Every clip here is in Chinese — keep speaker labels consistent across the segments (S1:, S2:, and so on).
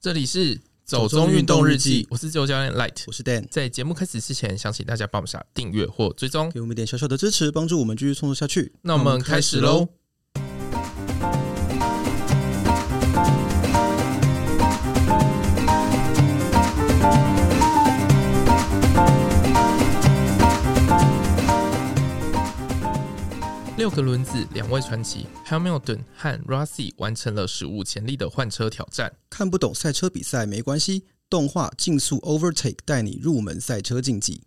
S1: 这里是走
S2: 走
S1: 中
S2: 中
S1: 运
S2: 运
S1: 动
S2: 动
S1: 日
S2: 日
S1: 记
S2: 记，
S1: 我是自由教练 Light。
S2: 我是 Dan，
S1: 在节目开始之前，想请大家帮我们下订阅或追踪。
S2: 给我们一点小小的支持，帮助我们继续创作下去。
S1: 那我们开始喽。。六个轮子，两位传奇 Hamilton 和 Rossi 完成了史无前例的换车挑战。
S2: 看不懂赛车比赛没关系，动画竞速 Overtake 带你入门赛车竞技。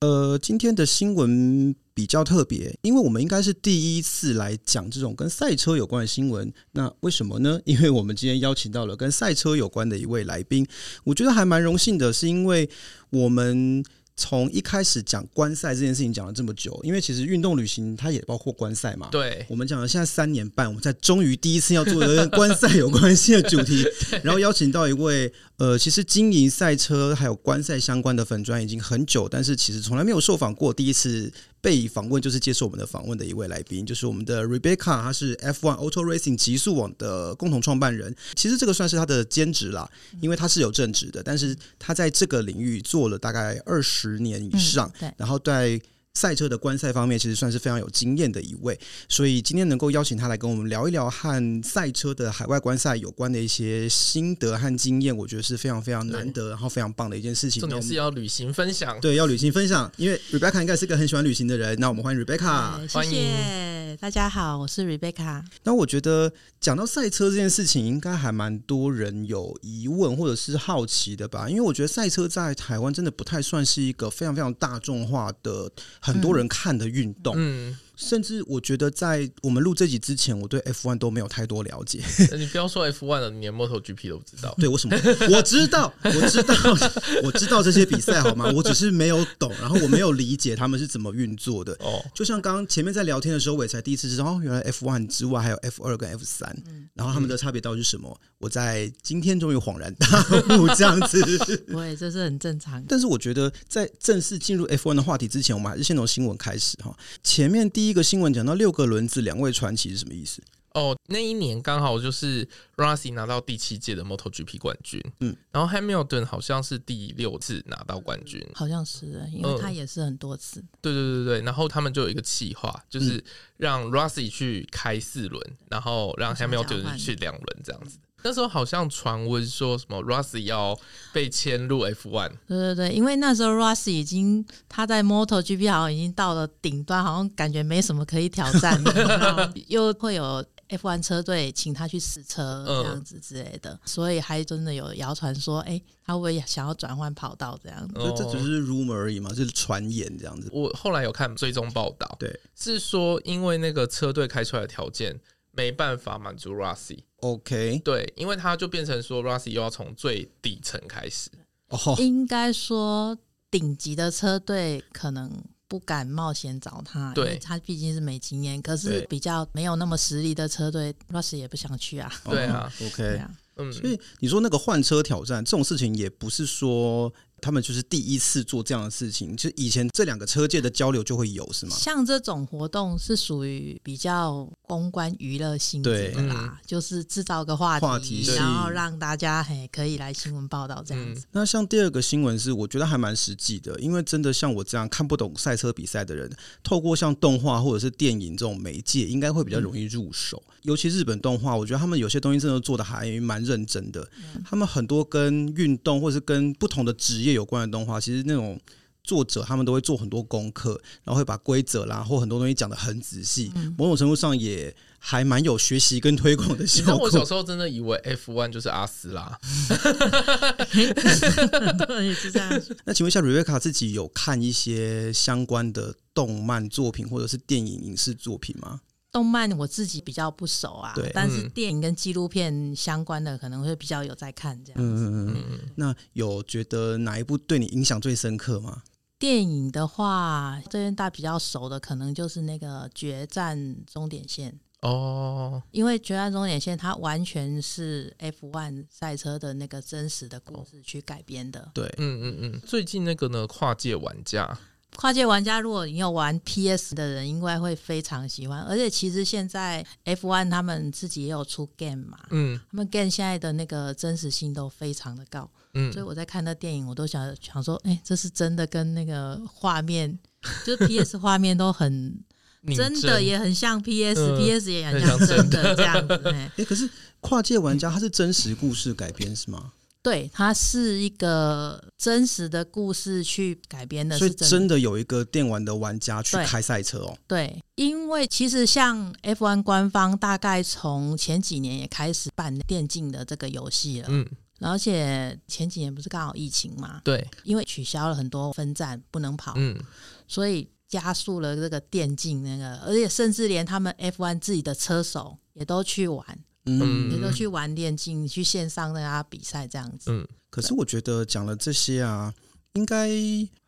S2: 呃，今天的新闻比较特别，因为我们应该是第一次来讲这种跟赛车有关的新闻。那为什么呢？因为我们今天邀请到了跟赛车有关的一位来宾，我觉得还蛮荣幸的，是因为我们。从一开始讲观赛这件事情讲了这么久，因为其实运动旅行它也包括观赛嘛，
S1: 对，
S2: 我们讲了现在三年半，我们才终于第一次要做的跟观赛有关系的主题，然后邀请到一位呃，其实经营赛车还有观赛相关的粉砖已经很久，但是其实从来没有受访过，第一次被访问就是接受我们的访问的一位来宾，就是我们的 Rebecca，她是 F1 Auto Racing 极速网的共同创办人。其实这个算是她的兼职啦，因为她是有正职的，但是她在这个领域做了大概二十年以上，
S3: 嗯、对，
S2: 然后在赛车的观赛方面，其实算是非常有经验的一位，所以今天能够邀请他来跟我们聊一聊和赛车的海外观赛有关的一些心得和经验，我觉得是非常非常难得，然后非常棒的一件事情。
S1: 重
S2: 那我
S1: 点
S2: 们
S1: 是要旅行分享。
S2: 对要旅行分享，因为 Rebecca 应该是个很喜欢旅行的人，那我们欢迎 Rebecca。
S3: 呃
S1: 欢
S3: 谢谢大家好，我是 Rebecca。
S2: 那我觉得讲到赛车这件事情，应该还蛮多人有疑问或者是好奇的吧？因为我觉得赛车在台湾真的不太算是一个非常非常大众化的、很多人看的运动。
S1: 嗯，
S2: 甚至我觉得在我们录这集之前，我对 F1 都没有太多了解。
S1: 呃你不要说 F1 了，你连 MotoGP 都不知道。
S2: 对，我什么？我知道，我知道， 我知道这些比赛好吗？我只是没有懂，然后我没有理解他们是怎么运作的。
S1: 哦，
S2: 就像刚刚前面在聊天的时候，我也才第一次知道，哦，原来 F one 之外还有 F 二跟 F 三、然后他们的差别到底是什么？我在今天终于恍然大悟，这样子。
S3: 我也这是很正常的。
S2: 但是我觉得，在正式进入 F1 的话题之前，我们还是先从新闻开始哈。前面第一个新闻讲到六个轮子，两位传奇是什么意思？
S1: 哦，那一年刚好就是 Rossi 拿到第七届的 MotoGP 冠军，嗯
S2: 嗯，
S1: 然后 Hamilton 好像是第六次拿到冠军，
S3: 好像是，因
S1: 嗯
S3: 为他也是很多次，
S1: 对对对对，然后他们就有一个计划，
S2: 嗯
S1: 就是让 Rossi 去开四轮，然后让
S3: 想要
S1: Hamilton
S3: 换
S1: 去两轮这样子。那时候好像传闻说什么 Rossi 要被迁入 F1，
S3: 对对对，因为那时候 Rossi 已经他在 MotoGP 好像已经到了顶端，好像感觉没什么可以挑 战的，然后又会有 F1 车队请他去试车
S1: 嗯
S3: 这样子之类
S2: 嗯
S3: 的，所以还真的有谣传说，哎、他会不会想要转换跑道这样子。
S2: 所以这
S1: 哦
S2: 只是 rumor 而已嘛，是传言这样子。
S1: 我后来有看追踪报道，
S2: 对
S1: 是说因为那个车队开出来的条件没办法满足 Rossi，
S2: ，OK，
S1: 对，因为他就变成说 Rossi 又要从最底层开始，
S2: 哦，
S3: 应该说顶级的车队可能不敢冒险找他，
S1: 对
S3: 因为他毕竟是没经验。可是
S1: 对
S3: 比较没有那么实力的车队，Rush 也不想去啊。
S1: 对啊
S2: 哦
S3: 对
S2: ，OK。
S3: 啊，
S1: 嗯，
S2: 所以你说那个换车挑战这种事情，也不是说他们就是第一次做这样的事情，就以前这两个车界的交流就会有，是吗？
S3: 像这种活动是属于比较公关娱乐性质的啦，就是制造个话题，
S2: 话题
S1: 性
S3: 然后让大家嘿可以来新闻报道这样 子。
S2: 那像第二个新闻是，我觉得还蛮实际的，因为真的像我这样看不懂赛车比赛的人，透过像动画或者是电影这种媒介，应该会比较容易入手。
S1: 嗯
S2: 尤其日本动画，我觉得他们有些东西真的做的还蛮认真的。
S1: 嗯
S2: 他们很多跟运动或是跟不同的职业有关的动画，其实那种。作者他们都会做很多功课，然后会把规则啦或很多东西讲得很仔细，某种程度上也还蛮有学习跟推广的
S1: 嗯你
S2: 效
S1: 知道
S2: 果。
S1: 我小时候真的以为 F1 就是阿斯拉，
S3: 很多人也是这样说。
S2: 那请问一下，瑞贝卡自己有看一些相关的动漫作品或者是电影影视作品吗？
S3: 动漫我自己比较不熟啊
S2: 对，
S3: 但是
S1: 嗯
S3: 电影跟纪录片相关的可能会比较有在看这样子。
S2: 嗯嗯嗯。
S1: 嗯，
S2: 那有觉得哪一部对你影响最深刻吗？
S3: 电影的话，这边大家比较熟的可能就是那个《决战终点线》，
S1: 哦，
S3: 因为《决战终点线》它完全是 F1 赛车的那个真实的故事去改编的。
S2: 对，
S1: 嗯嗯嗯，最近那个呢，跨界玩家
S3: 跨界玩家，如果你有玩 PS 的人，应该会非常喜欢。而且其实现在 F1 他们自己也有出 game 嘛，
S1: 嗯
S3: 他们 game 现在的那个真实性都非常的高，所以
S1: 嗯，
S3: 我在看那电影，我都想想说，哎、这是真的跟那个画面，就是 PS 画面都很
S1: 你
S3: 真的也很像 PS，PS、
S1: 嗯
S3: 也
S1: 很
S3: 很像
S1: 像
S3: 真的这样子、哎
S2: 哎、可是跨界玩家他是真实故事改编是
S3: 嗯
S2: 吗？
S3: 对，它是一个真实的故事去改编的，
S2: 所以
S3: 是真的。
S2: 真的有一个电玩的玩家去
S3: 对
S2: 开赛车哦。
S3: 对，因为其实像 F1 官方大概从前几年也开始办电竞的这个游戏了，
S1: 嗯，
S3: 而且前几年不是刚好疫情嘛，
S1: 对，
S3: 因为取消了很多分站不能跑，
S1: 嗯
S3: 所以加速了这个电竞那个，而且甚至连他们 F1 自己的车手也都去玩，
S1: 嗯
S3: 也都去玩电竞，去线上跟大家比赛这样子。
S1: 嗯，
S2: 可是我觉得讲了这些啊，应该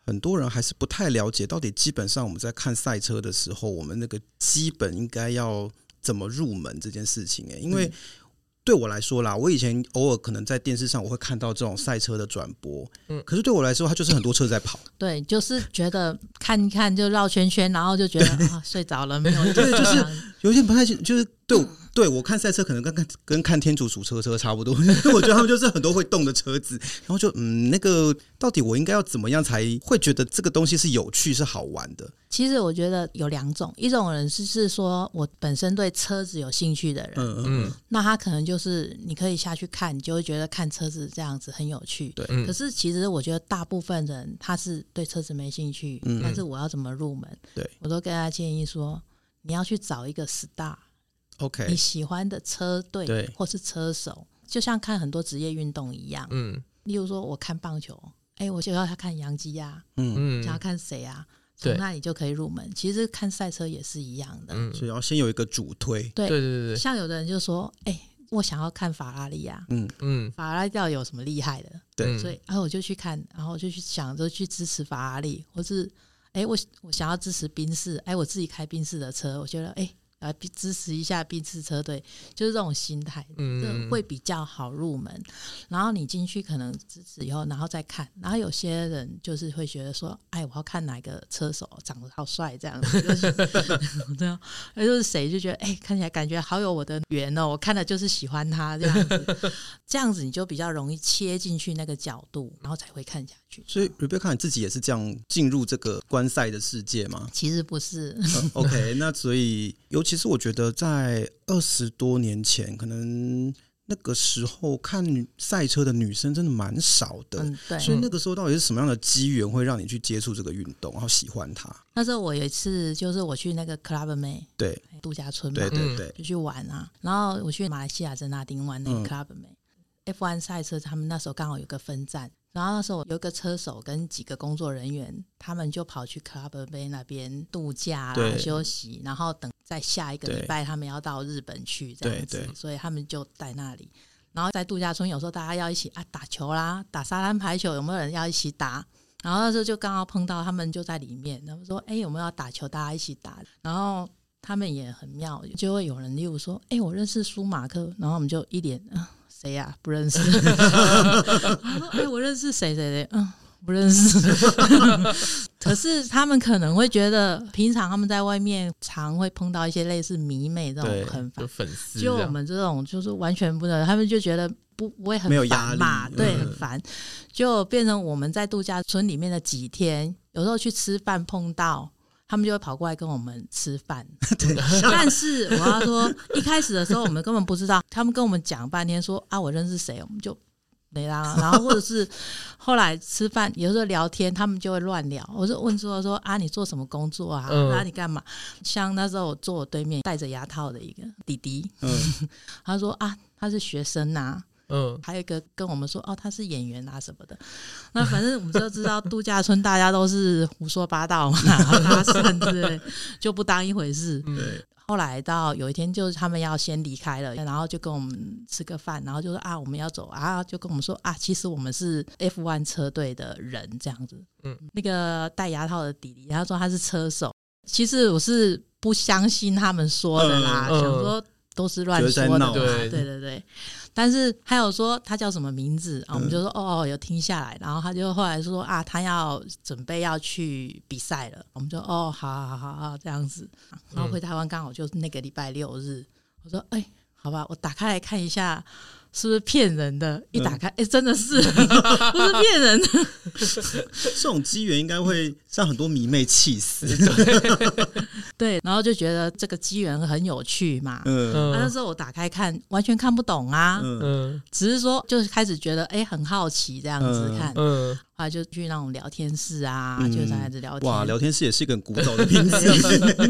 S2: 很多人还是不太了解，到底基本上我们在看赛车的时候，我们那个基本应该要怎么入门这件事情、欸。因为对我来说啦，我以前偶尔可能在电视上我会看到这种赛车的转播，
S1: 嗯
S2: 可是对我来说，它就是很多车在跑，
S3: 对，就是觉得看一看就绕圈圈，然后就觉得 啊睡着了，没有印象。
S2: 对就是有些不太清就是对我。对我看赛车可能跟看跟看天竺鼠车车差不多， 我觉得他们就是很多会动的车子，然后就嗯，那个到底我应该要怎么样才会觉得这个东西是有趣是好玩的？
S3: 其实我觉得有两种，一种人是是说我本身对车子有兴趣的人，
S2: 嗯嗯嗯
S1: 嗯，
S3: 那他可能就是你可以下去看，你就会觉得看车子这样子很有趣。
S2: 对
S1: 嗯
S3: 可是其实我觉得大部分人他是对车子没兴趣，
S2: 嗯
S3: 但是我要怎么入门？
S2: 对
S3: 我都跟他建议说，你要去找一个 star 你
S2: OK，
S3: 喜欢的车队
S2: 对
S3: 或是车手，就像看很多职业运动一样。
S1: 嗯
S3: 例如说，我看棒球，哎、我就要看杨基呀、
S2: 嗯，
S1: 嗯
S3: 想要看谁啊，
S1: 对
S3: 从那里就可以入门。其实看赛车也是一样的，
S1: 嗯，
S2: 所以要先有一个主推，
S1: 对对对对，
S3: 像有的人就说：“哎、我想要看法拉利啊，
S1: 嗯，
S3: 法拉利到底有什么厉害的？”
S2: 对
S1: 嗯
S3: 所以，然、后我就去看，然后我就去想着去支持法拉利，或是哎、我我想要支持宾士，哎、我自己开宾士的车，我觉得哎。来支持一下宾士车队，就是这种心态，
S1: 嗯
S3: 这会比较好入门。然后你进去可能支持以后，然后再看。然后有些人就是会觉得说，哎，我要看哪个车手长得好帅这样子，就是 这样，哎就是谁就觉得哎，看起来感觉好有我的缘哦，我看了就是喜欢他这样子， 这样子你就比较容易切进去那个角度，然后才会看下去。
S2: 所以 Rebecca 你自己也是这样进入这个观赛的世界 吗
S3: 其实不是，
S2: 呃？OK，那所以尤其是我觉得在二十多年前，可能那个时候看赛车的女生真的蛮少的。
S3: 嗯，对。
S2: 所以那个时候到底是什么样的机缘会让你去接触这个运动，然后喜欢它？
S3: 那时候我有一次就是我去那个 Club May
S2: 对
S3: 度假村嘛
S2: 对，对
S1: 嗯
S2: 对，
S3: 就去玩啊。然后我去马来西亚真纳丁玩那
S2: 嗯
S3: 个 Club 没、F1 赛车，他们那时候刚好有个分站，然后那时候有一个车手跟几个工作人员，他们就跑去 Club Bay 那边度假啦
S2: 对、
S3: 休息，然后等在下一个
S2: 对
S3: 礼拜他们要到日本去这样
S2: 对
S3: 子
S2: 对，
S3: 所以他们就在那里。然后在度假村，有时候大家要一起啊打球啦，打沙滩排球，有没有人要一起打？然后那时候就刚好碰到他们就在里面，他们说：“哎、有没有要打球？大家一起打。”然后他们也很妙，就会有人例如说：“哎、我认识舒马克。”然后我们就一脸啊，谁呀、不 认识。他说：“哎、我认识谁谁谁，嗯，不认识。” 可是他们可能会觉得，平常他们在外面常会碰到一些类似迷妹这
S2: 对
S3: 种很烦
S1: 就。粉丝这
S3: 就
S1: 样，
S3: 我们这种就是完全不能，他们就觉得不不会很
S2: 没有压
S3: 烦
S2: 力
S3: 嘛，对，
S2: 嗯
S3: 很烦，就变成我们在度假村里面的几天，有时候去吃饭碰到。他们就会跑过来跟我们吃 饭， 但是我要说，一开始的时候我们根本不知道，他们跟我们讲半天说啊，我认识谁，我们就没 啦。然后或者是后来吃饭，有时候聊天，他们就会乱聊。我就问说说啊，你做什么工作啊？
S1: 嗯
S3: 啊，你干嘛？像那时候我坐我对面戴着牙套的一个弟弟，
S2: 嗯，
S3: 他说啊，他是学生呐、
S1: 嗯
S3: 还有一个跟我们说哦，他是演员啊什么的。那反正我们就知道度假村大家都是胡说八道嘛， 搭讪之类，就不当一回事。
S1: 嗯
S3: 后来到有一天，就是他们要先离开了，然后就跟我们吃个饭，然后就说啊，我们要走啊，就跟我们说啊，其实我们是 F1 车队的人这样子。
S1: 嗯
S3: 嗯，那个戴牙套的弟弟，他说他是车手，其实我是不相信他们说的啦，
S1: 嗯嗯
S3: 想说都是乱
S2: 就是在
S3: 说的
S2: 闹
S3: 嘛，
S1: 对
S3: 对对对。但是还有说他叫什么名字啊？我们就说哦，有听下来，然后他就后来说啊，他要准备要去比赛了，我们就哦，好好好好好这样子。然后回台湾刚好就是那个礼拜六日，我说哎、好吧，我打开来看一下。是不是骗人的？一打开，
S2: 嗯
S3: 哎、真的是， 不是骗人的。
S2: 这种机缘应该会让很多迷妹气死。
S3: 对，然后就觉得这个机缘很有趣嘛。
S2: 嗯
S3: 啊、那
S1: 嗯
S3: 时候我打开看，完全看不懂啊，
S2: 嗯
S1: 嗯
S3: 只是说就是开始觉得哎、诶很好奇这样子
S2: 嗯
S3: 看，后
S1: 嗯，
S3: 来就去那种聊天室啊，
S2: 嗯
S3: 就在那里聊天。
S2: 哇，聊天室也是一个很古早的名字。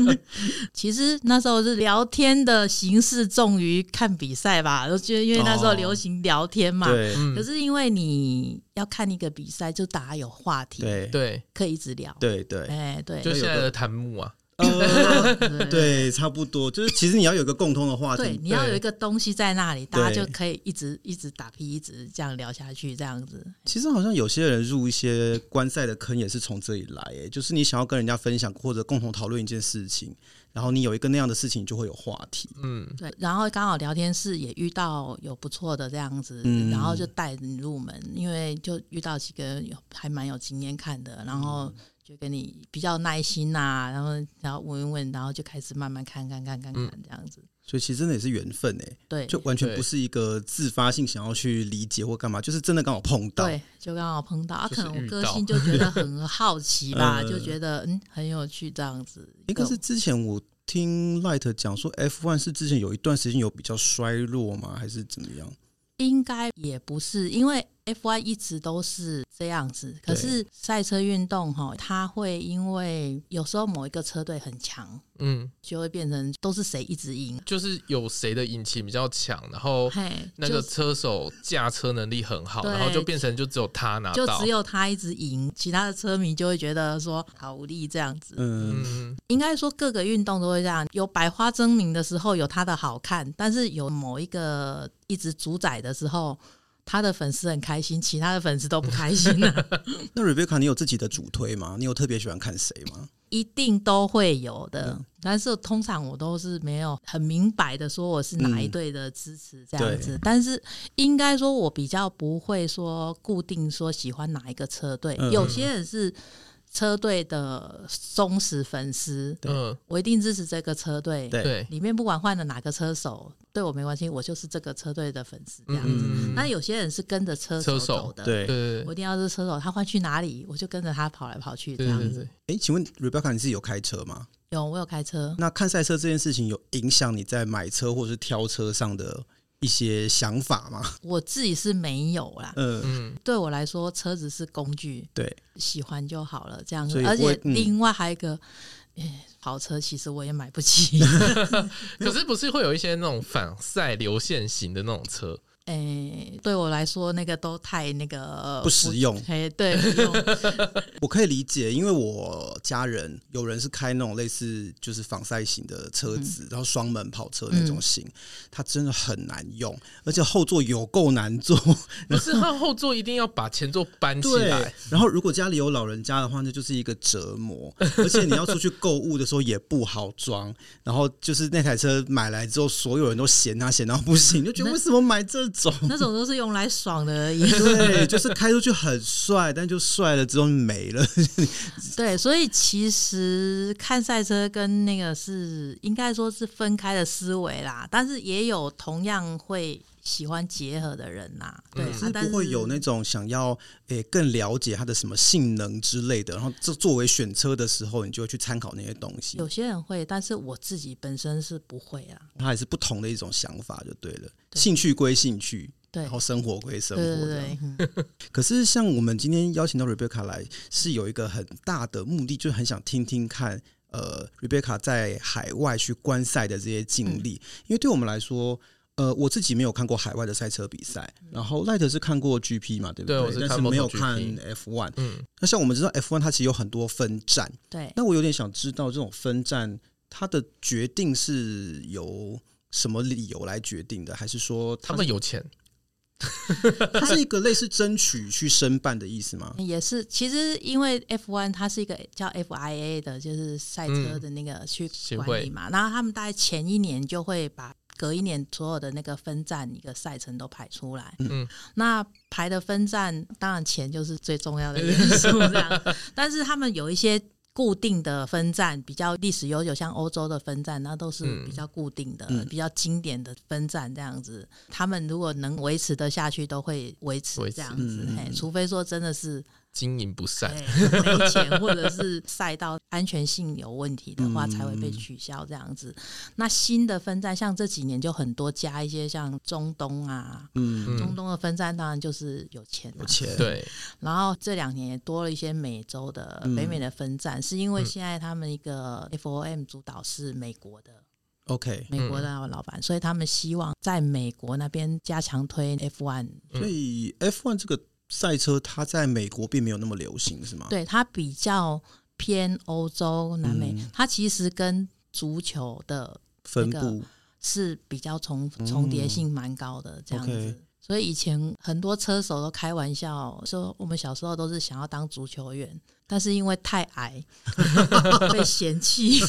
S3: 其实那时候是聊天的形式重于看比赛吧，就觉得因为那时候
S2: 哦
S3: 流行聊天 嘛。
S2: 对
S1: 嗯
S3: 可是因为你要看一个比赛，就大家有话题
S2: 对
S1: 对，
S3: 可以一直聊。
S2: 对对，
S3: 哎、对，
S1: 就现在的檀木啊，
S2: 呃，
S3: 对
S2: 对，差不多，就是其实你要有一个共通的话
S3: 对，
S2: 题。
S3: 你要
S1: 对
S3: 有一个东西在那里，大家
S2: 对
S3: 就可以一直一直打屁，一直这样聊下去，这样子。
S2: 其实好像有些人入一些观赛的坑也是从这里来，哎，就是你想要跟人家分享或者共同讨论一件事情，然后你有一个那样的事情，你就会有话题。
S1: 嗯，
S3: 对，然后刚好聊天室也遇到有不错的这样子，
S2: 嗯
S3: 然后就带你入门，因为就遇到几个有还蛮有经验看的，然后就跟你比较耐心呐、然后然后问一问，然后就开始慢慢看看看看看这样子。
S2: 所以其实真的也是缘分哎，
S3: 对，
S2: 就完全
S1: 对
S2: 不是一个自发性想要去理解或干嘛，就是真的刚好碰到。
S3: 对，就刚好碰到啊，
S1: 就是
S3: 可能我
S1: 遇
S3: 个
S1: 到
S3: 性就觉得很好奇吧，
S2: 嗯
S3: 就觉得嗯很有趣这样子。
S2: 应该是之前我听 Light 讲说，F one 是之前有一段时间有比较衰落吗？还是怎么样？
S3: 应该也不是，因为 F1 一直都是这样子。可是赛车运动哈，它会因为有时候某一个车队很强，
S1: 嗯，
S3: 就会变成都是谁一直赢。
S1: 就是有谁的引擎比较强，然后
S3: 嘿，
S1: 哦那个车手驾车能力很好，
S3: 对
S1: 然后就变成就只有他拿
S3: 就就
S1: 到，
S3: 只有他一直赢，其他的车迷就会觉得说好无力这样子。
S2: 嗯，
S1: 嗯
S3: 应该说各个运动都会这样，有百花争鸣的时候有它的好看，但是有某一个一直主宰的时候，他的粉丝很开心，其他的粉丝都不开心了、
S2: 那 Rebecca，你有自己的主推吗？你有特别喜欢看谁吗？
S3: 一定都会有的，
S2: 嗯
S3: 但是通常我都是没有很明白的说我是哪一队的支持这样
S1: 嗯
S3: 子，但是应该说我比较不会说固定说喜欢哪一个车队，
S2: 嗯
S3: 有些人是车队的忠实粉丝，
S1: 嗯，
S3: 我一定支持这个车队，
S2: 对
S1: 对，
S3: 里面不管换了哪个车手，对我没关系，我就是这个车队的粉丝这样子。
S1: 嗯
S3: 那有些人是跟着车手
S1: 车手
S3: 走的，
S1: 对
S2: 对，
S1: 对
S3: 我
S1: 对
S3: 一定要是车手，他换去哪里，我就跟着他跑来跑去这
S1: 对
S3: 样
S1: 对
S3: 子。
S1: 对对，
S2: 哎，请问 Rebecca，你自己有开车吗？
S3: 有，我有开车。
S2: 那看赛车这件事情有影响你在买车或者是挑车上的一些想法吗？
S3: 我自己是没有啦，
S2: 嗯，
S1: 嗯
S3: 对我来说，车子是工具，
S2: 对，
S3: 喜欢就好了，这样
S2: 所
S3: 子。
S2: 以
S3: 而
S2: 不会
S3: 且
S2: 嗯
S3: 另外还有一个，哎跑车其实我也买不起。
S1: 可是不是会有一些那种反赛流线型的那种车？
S3: 哎，对我来说，那个都太那个
S2: 不实用
S3: 哎，对，不用
S2: 我可以理解，因为我家人有人是开那种类似就是仿赛型的车子，然后双门跑车那种型，它真的很难用，而且后座有够难坐。
S1: 不是，它后座一定要把前座搬起
S2: 对
S1: 来，，
S2: 然后如果家里有老人家的话，那就是一个折磨，而且你要出去购物的时候也不好装。然后就是那台车买来之后，所有人都嫌它嫌到不行，就觉得为什么买这种？
S3: 那种都是用来爽的而已。
S2: 对，就是开出去很帅，但就帅了之后没了。
S3: 对，所以其实看赛车跟那个是应该说是分开的思维啦，但是也有同样会喜欢结合的人呐。对
S1: 嗯
S3: 啊，
S2: 是
S3: 但
S2: 不会有那种想要诶、更了解它的什么性能之类的，然后这作为选车的时候，你就会去参考那些东西
S3: 有，些人会，但是我自己本身是不会啊啦。
S2: 它还是不同的一种想法就对了。
S3: 对
S2: 兴趣归兴趣，
S3: 对
S2: 然后，生活归生活。
S3: 对对
S2: 这样
S3: 对，嗯
S2: 可是像我们今天邀请到 Rebecca 来，是有一个很大的目的，就是很想听听看。呃，Rebecca 在海外去观赛的这些经
S1: 嗯
S2: 历，因为对我们来说，呃，我自己没有看过海外的赛车比赛，然后 Light 是看过 GP 嘛，对
S1: 嗯
S2: 不
S1: 对我
S2: 对？
S1: 是看
S2: 但是没有
S1: MotoGP
S2: 看 F1。
S1: 嗯，
S2: 那像我们知道 F1 它其实有很多分站，
S3: 对。
S2: 那我有点想知道这种分站它的决定是由什么理由来决定的，还是说
S1: 他
S2: 他
S1: 们有钱，
S2: 它是一个类似争取去申办的意思吗？
S1: 嗯
S3: 也是，其实因为 F1 它是一个叫 FIA 的，就是赛车的那个去
S1: 嗯协
S3: 管
S1: 会
S3: 理嘛，然后他们大概前一年就会把隔一年所有的那个分站一个赛程都排出来。
S1: 嗯
S3: 嗯，那排的分站当然钱就是最重要的因素，这样。 但是他们有一些固定的分站，比较历史悠久，像欧洲的分站，那都是
S1: 嗯
S3: 比较固定的、
S2: 嗯
S3: 比较经典的分站这样子。他们如果能维持得下去，都会维持
S1: 维持
S3: 这样
S2: 嗯
S3: 子。
S2: 嗯
S3: 嘿
S2: 嗯
S3: 除非说真的是
S1: 经营不善。
S3: 对，没钱或者是赛道安全性有问题的话，
S2: 嗯
S3: 才会被取消这样子。那新的分站，像这几年就很多加一些像中东啊，
S2: 嗯，
S3: 中
S1: 嗯，
S3: 东的分站当然就是有钱、啊，
S2: 有钱，
S1: 对，
S3: 然后这两年也多了一些美洲的、
S2: 嗯
S3: 北美的分站，是因为
S1: 嗯
S3: 现在他们一个 FOM 主导是美国的。
S2: ，OK，
S3: 美国的
S2: 嗯
S3: 老板，所以他们希望在美国那边加强推 F1，
S1: 嗯
S2: 所以 F1 这个赛车它在美国并没有那么流行，是吗？，
S3: 对它比较偏欧洲、南美，
S2: 嗯
S3: 它其实跟足球的
S2: 分
S3: 那个
S2: 布
S3: 是比较重重叠性蛮高的这样子。
S2: 嗯 OK
S3: 所以以前很多车手都开玩笑说，我们小时候都是想要当足球员，但是因为太矮 被嫌弃。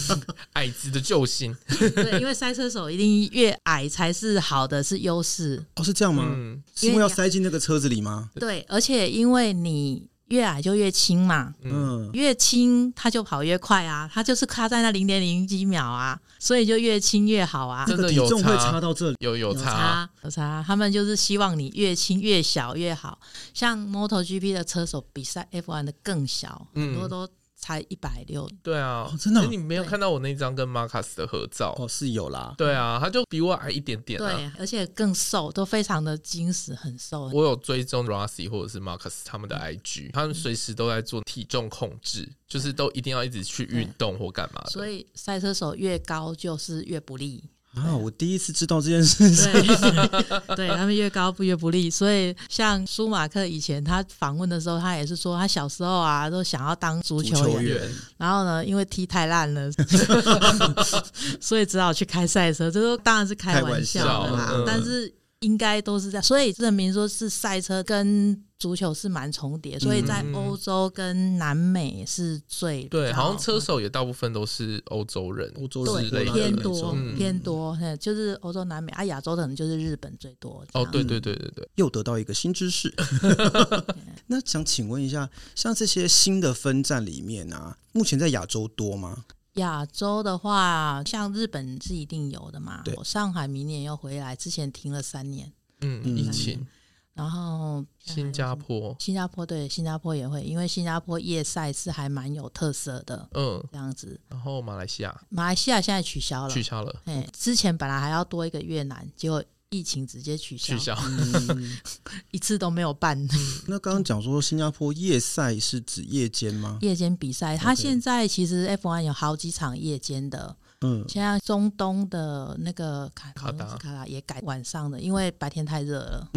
S1: 矮子的救星。
S3: 对，因为赛车手一定越矮才是好的，是优势。
S2: 哦，是这样吗？
S1: 嗯
S2: 是因为要塞进那个车子里吗？
S3: 对，而且因为你越矮就越轻嘛，
S1: 嗯，
S2: 嗯，
S3: 越轻它就跑越快啊，它就是卡在那零点零几秒啊，所以就越轻越好啊。
S1: 真
S2: 这个
S1: 的
S2: 体
S1: 有
S2: 重会
S1: 差
S2: 差到这里，
S1: 有有
S3: 有
S1: 差，啊
S3: 差有差，他们就是希望你越轻越小越好。像 MotoGP 的车手比赛 F1 的更小，
S1: 嗯
S3: 很多都才一百六。
S1: 对啊
S2: 哦，真的啊
S1: 可是你没有看到我那张跟马卡斯的合照？
S2: 哦，是有啦。
S1: 对啊，他就比我矮一点点啊。
S3: 对，而且更瘦，都非常的精实，很瘦。
S1: 我有追踪 Rossi 或者是 Marcus 他们的 IG，他们随时都在做体重控制，就是都一定要一直去运动或干嘛的。
S3: 所以赛车手越高就是越不利，
S2: 啊，我第一次知道这件事情。
S3: 对， 对他们越高不越不利。所以像舒马克以前他访问的时候，他也是说他小时候啊都想要当足球员，
S2: 员
S3: 然后呢，因为踢太烂 了， 所以只好去开赛车。这都当然是开玩笑
S1: 开
S3: 的啦，
S1: 玩笑嗯
S3: 但是应该都是这样，所以证明说是赛车跟足球是蛮重叠，所
S1: 嗯
S3: 以在欧洲跟南美是最
S1: 对，
S3: 比较
S1: 好像车手也大部分都是欧洲人，
S2: 欧洲
S1: 之
S2: 人
S1: 类的
S3: 偏
S1: 那
S3: 多
S1: 嗯
S3: 偏多，嘿就是欧洲南美啊，亚洲可能就是日本最多。
S1: 哦，
S3: 这
S1: 对
S3: 样，
S1: 对对对对，
S2: 又得到一个新知识。 那想请问一下，像这些新的分站里面啊，目前在亚洲多吗？
S3: 亚洲的话，像日本是一定有的嘛
S2: 对。
S3: 上海明年要回来，之前停了三年，
S1: 嗯，
S2: 嗯
S1: 疫情，
S3: 然后
S1: 新加坡，
S3: 新加坡对，新加坡也会，因为新加坡夜赛是还蛮有特色的
S1: 嗯，
S3: 这样子。
S1: 然后马来西亚
S3: 马来西亚现在取消了
S1: 取，消了，
S3: 哎，之前本来还要多一个越南，结果疫情直接取消，
S1: 取 消，
S2: 嗯、
S3: 一次都没有办
S2: 那刚刚讲说新加坡夜赛是指夜间吗？
S3: 夜间比赛。它现在其实 F1 有好几场夜间的，
S2: 嗯，
S3: 现在中东的那个卡
S1: 卡达嗯
S3: 好像是卡达也改晚上的，因为白天太热了。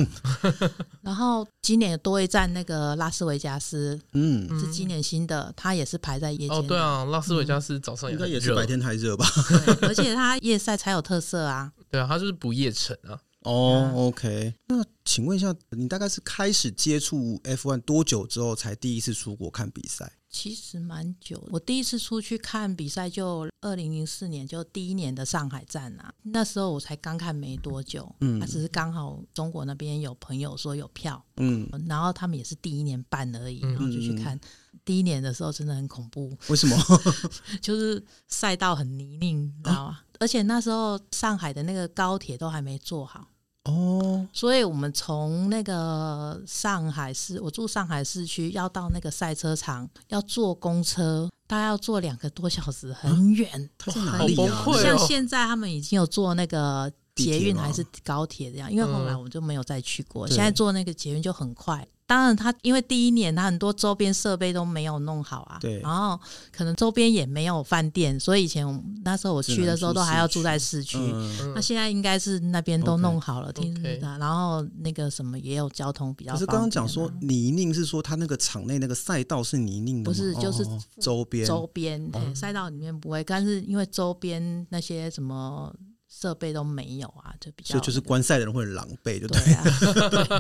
S3: 然后今年多一站那个拉斯维加斯
S2: 嗯，
S1: 嗯
S3: 是今年新的，它也是排在夜间
S1: 哦，
S3: 的。
S1: 对啊，拉斯维加斯早上
S2: 应该
S1: 很
S2: 也是
S1: 热
S2: 白，天太热吧？
S3: 对，而且它夜赛才有特色啊。
S1: 对啊，它就是不夜城啊，
S2: 哦
S3: 啊、
S2: o k 那请问一下，你大概是开始接触 F1 多久之后才第一次出国看比赛？
S3: 其实蛮久的，我第一次出去看比赛就二零零四年，就第一年的上海站啊。那时候我才刚看没多久，
S2: 嗯
S3: 啊，只是刚好中国那边有朋友说有票，
S2: 嗯，
S3: 然后他们也是第一年办而已，
S1: 嗯
S3: 然后就去看。第一年的时候真的很恐怖，
S2: 为什么？
S3: 就是赛道很泥泞，你知道吗？而且那时候上海的那个高铁都还没做好，
S2: 哦，
S3: 所以我们从那个上海市，我住上海市区，要到那个赛车场，要坐公车，大概要坐两个多小时，
S1: 啊
S3: 很远。
S2: 它在
S1: 哇
S2: 哪
S1: 好
S2: 里
S1: 崩
S2: 啊？
S1: 溃
S3: 像
S1: 哦
S3: 现在他们已经有坐那个
S2: 地
S3: 捷
S2: 铁
S3: 运
S2: 吗嗯
S3: 还是高铁这样，因为后来我就没有再去过。
S2: 对
S3: 现在坐那个捷运就很快。当然它，因为第一年它很多周边设备都没有弄好啊，
S2: 对
S3: 然后可能周边也没有饭店，所以以前我们那时候我去的时候
S2: 只能住
S3: 都还要
S2: 市区
S3: 住在市区，
S2: 嗯，
S1: 嗯
S3: 那现在应该是那边都
S2: OK
S3: 弄好了，听
S1: OK
S3: 的。然后那个什么也有交通比较
S2: 可
S3: 方
S2: 是
S3: 便啊。
S2: 刚刚讲说泥泞是说它那个场内那个赛道是泥泞的吗，
S3: 不是
S2: 哦
S3: 就是
S2: 哦哦周边
S3: 周边
S2: 哦
S3: 对赛道里面不会，但是因为周边那些什么设备都没有啊，就比较
S2: 所以就是观赛的人会很狼狈，就对
S3: 对啊。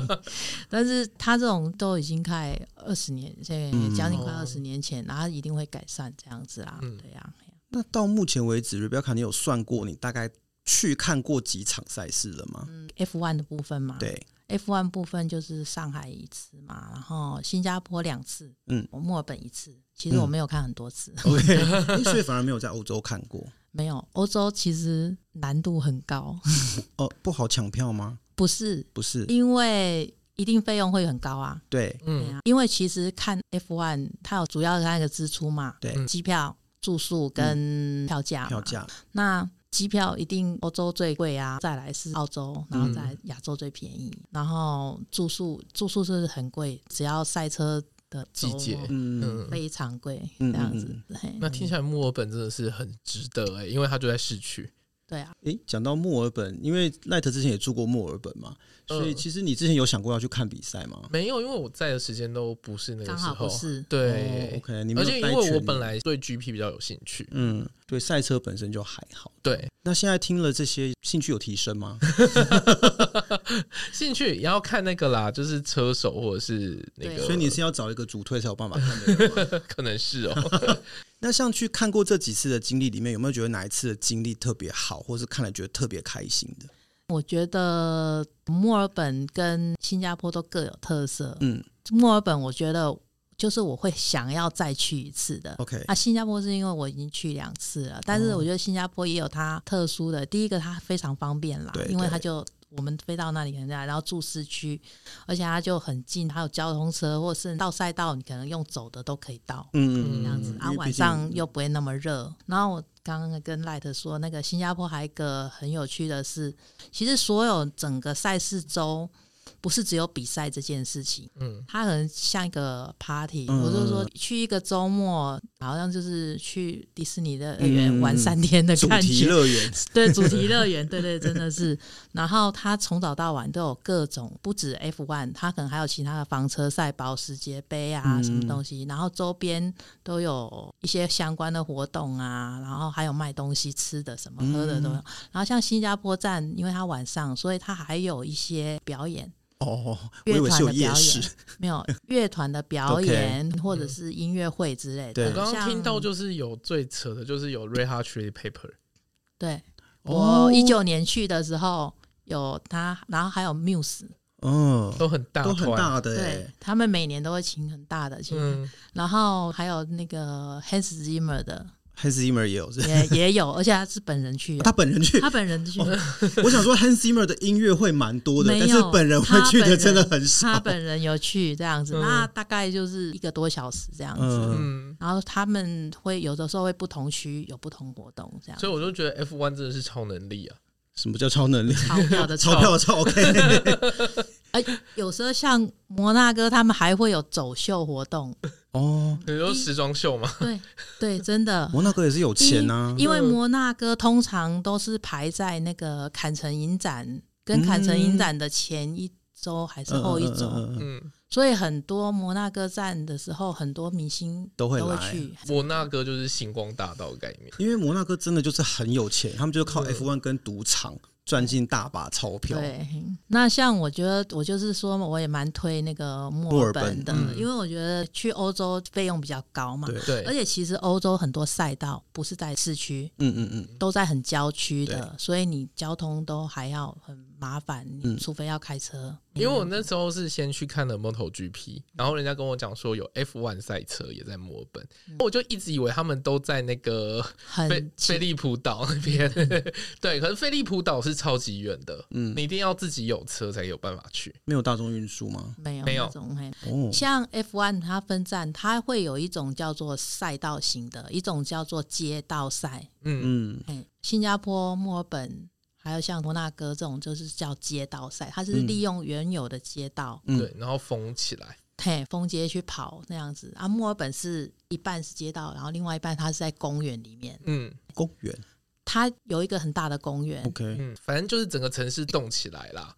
S3: 对 但是他这种都已经开二十年，现在也将近快
S1: 嗯
S3: 二十年前，然后一定会改善这样子啊，
S1: 嗯
S3: 对啊。
S2: 那到目前为止，Rebecca，你有算过你大概去看过几场赛事了吗？
S3: 嗯，F one 的部分嘛，
S2: 对，
S3: ，F one 部分就是上海一次嘛，然后新加坡两次，
S2: 嗯，
S3: 我墨尔本一次。其实我没有看很多次，
S2: OK，诶所以反而没有在欧洲看过。
S3: 没有。欧洲其实难度很高，
S2: 哦，不好抢票吗？
S3: 不是
S2: 不是，
S3: 因为一定费用会很高啊。
S2: 对，
S3: 对
S1: 嗯
S3: 啊，因为其实看 F1 它有主要的那个支出嘛，
S2: 对嗯
S1: 嗯
S3: 机票、住宿跟票价嘛、
S2: 票价
S3: 那机票一定欧洲最贵啊，再来是澳洲，然后再来亚洲最便宜，
S2: 嗯
S3: 然后住宿住宿是很贵，只要赛车的周末
S1: 季节
S2: 嗯，
S1: 嗯，
S3: 非常贵，
S2: 嗯
S3: 这样子。
S2: 嗯
S3: 嘿
S1: 那听起来墨尔本真的是很值得哎、因为它就在市区。
S3: 对啊，
S2: 诶，讲到墨尔本，因为奈特之前也住过墨尔本嘛，所以
S1: 嗯
S2: 其实你之前有想过要去看比赛吗？
S1: 没有，因为我在的时间都不是那个
S3: 刚
S1: 时
S3: 好
S1: 候
S3: 不。是
S2: 哦
S1: 对、
S2: ，OK，你没
S1: 而
S2: 有
S1: 且因
S2: 带
S1: 为我
S2: 全
S1: 本
S2: 年
S1: 来对 GP 比较有兴趣，
S2: 嗯，对赛车本身就还好。
S1: 对
S2: 那现在听了这些，兴趣有提 升吗？
S1: 兴趣也要看那个啦，就是车手或者是那
S3: 对
S1: 个，
S2: 所以你是要找一个主推才有办法看的 人吗。
S1: 可能是 哦，
S2: 那像去看过这几次的经历里面，有没有觉得哪一次的经历特别好，或是看了觉得特别开心的？
S3: 我觉得墨尔本跟新加坡都各有特色。
S2: 嗯
S3: 墨尔本我觉得就是我会想要再去一次的。
S2: ，OK，哦
S3: 啊，新加坡是因为我已经去两次了，但是我觉得新加坡也有它特殊的。第一个，它非常方便啦，
S2: 对
S3: 因为它
S2: 对
S3: 就我们飞到那里很在，然后住市区，而且它就很近，还有交通车，或是到赛道，你可能用走的都可以到。
S2: 嗯，
S3: 这样子
S2: 嗯
S3: 啊，
S2: 因为
S3: 晚
S2: 毕竟
S3: 上又不会那么热。然后我刚刚跟 Light 说，那个新加坡还有一个很有趣的是，其实所有整个赛事周不是只有比赛这件事情，
S1: 嗯，
S3: 它很像一个 party，、
S2: 嗯
S3: 我就说去一个周末，好像就是去迪士尼乐园
S2: 嗯
S3: 玩三天的
S2: 主
S3: 感
S2: 题
S3: 觉。
S2: 乐园，
S3: 对主题乐园，对对，真的是。然后它从早到晚都有各种，不止 F one，它可能还有其他的房车赛、保时捷杯啊，
S2: 嗯
S3: 什么东西。然后周边都有一些相关的活动啊，然后还有卖东西、吃的、什么喝的
S2: 嗯
S3: 都有。然后像新加坡站，因为它晚上，所以它还有一些表演。
S2: 哦，我以
S3: 乐
S2: 为是
S3: 团
S2: 有
S3: 的
S2: 夜
S3: 表
S2: 市
S3: 演，没有乐团的表
S2: OK 嗯
S3: 演或者是音乐会之类
S2: 对
S3: 的。
S1: 我刚刚
S3: 像
S1: 听到就是有最扯的，就是有 Red Hot Chili Paper，
S3: 对，
S2: 哦
S3: 我一九年去的时候有他，然后还有 Muse，
S2: 嗯，
S1: 都很大
S2: 都很
S1: 团，
S2: 大的
S3: 对
S2: 欸，
S3: 他们每年都会请很大的请，
S1: 嗯，
S3: 然后还有那个 Hans Zimmer 的
S2: ，Hans Zimmer 也有是。
S3: 也也有，而且他是本人去的，
S2: 哦他本人去，
S3: 他本人去的，
S2: 我想说 Hans Zimmer 的音乐会蛮多的，
S3: 没有
S2: 但是本人会去的真的很少。
S3: 他本人有去这样子，
S1: 嗯
S3: 那大概就是一个多小时这样子。
S2: 嗯，
S1: 嗯，
S3: 然后他们会有的时候会不同区有不同活动，这样
S1: 所以我就觉得 F one 真的是超能力啊，
S2: 什么叫超能力？
S3: 钞 票的
S2: 钞票 超 OK，
S3: 有时候像摩纳哥，他们还会有走秀活动。
S2: 哦，
S3: 嗯
S1: 比如说时装秀嘛，
S3: 对对，真的。
S2: 摩纳哥也是有钱啊呐、
S3: 因为摩纳哥通常都是排在那个坎城影展跟坎城影展的前一周还是
S2: 嗯，
S3: 后一周，
S2: 嗯嗯嗯嗯
S1: 嗯，
S3: 所以很多摩纳哥站的时候，很多明星
S2: 都会
S3: 都会
S2: 来
S3: 去。
S1: 我那个就是星光大道的概念，
S2: 因为摩纳哥真的就是很有钱，他们就是靠
S1: 嗯
S2: F1 跟赌场赚进大把钞票。
S3: 对，那像我觉得，我就是说，我也蛮推那个墨尔本的，
S1: 墨尔本嗯
S3: 因为我觉得去欧洲费用比较高嘛，
S2: 对
S1: 对
S3: 而，且其实欧洲很多赛道不是在市区，
S2: 嗯嗯嗯，
S3: 都在很郊区的，所以你交通都还要很麻烦，
S2: 嗯
S3: 你除非要开车。
S1: 因为我那时候是先去看了 MotoGP，然后人家跟我讲说有 F1 赛车也在墨尔本，我就一直以为他们都在那个菲
S3: 嗯很
S1: 菲利普岛那边，对，可是菲利普岛是超级远的，
S2: 嗯
S1: 你一定要自己有车才有办法去，
S2: 没有大众运输吗？
S3: 没有
S1: 没有
S3: 那种嘿
S2: 哦，
S3: 像 F1 它分站，它会有一种叫做赛道型的，一种叫做街道赛。
S1: 嗯，
S2: 嗯，
S3: 嘿新加坡、墨尔本，还有像摩纳哥这种，就是叫街道赛，它是
S2: 嗯
S3: 利用原有的街道，
S2: 嗯
S1: 对，然后封起来，
S3: 嘿，封街去跑那样子。啊，墨尔本是一半是街道，然后另外一半它是在公园里面，
S1: 嗯
S2: 公园
S3: 它有一个很大的公 园，
S2: OK，
S1: 嗯，反正就是整个城市动起来啦，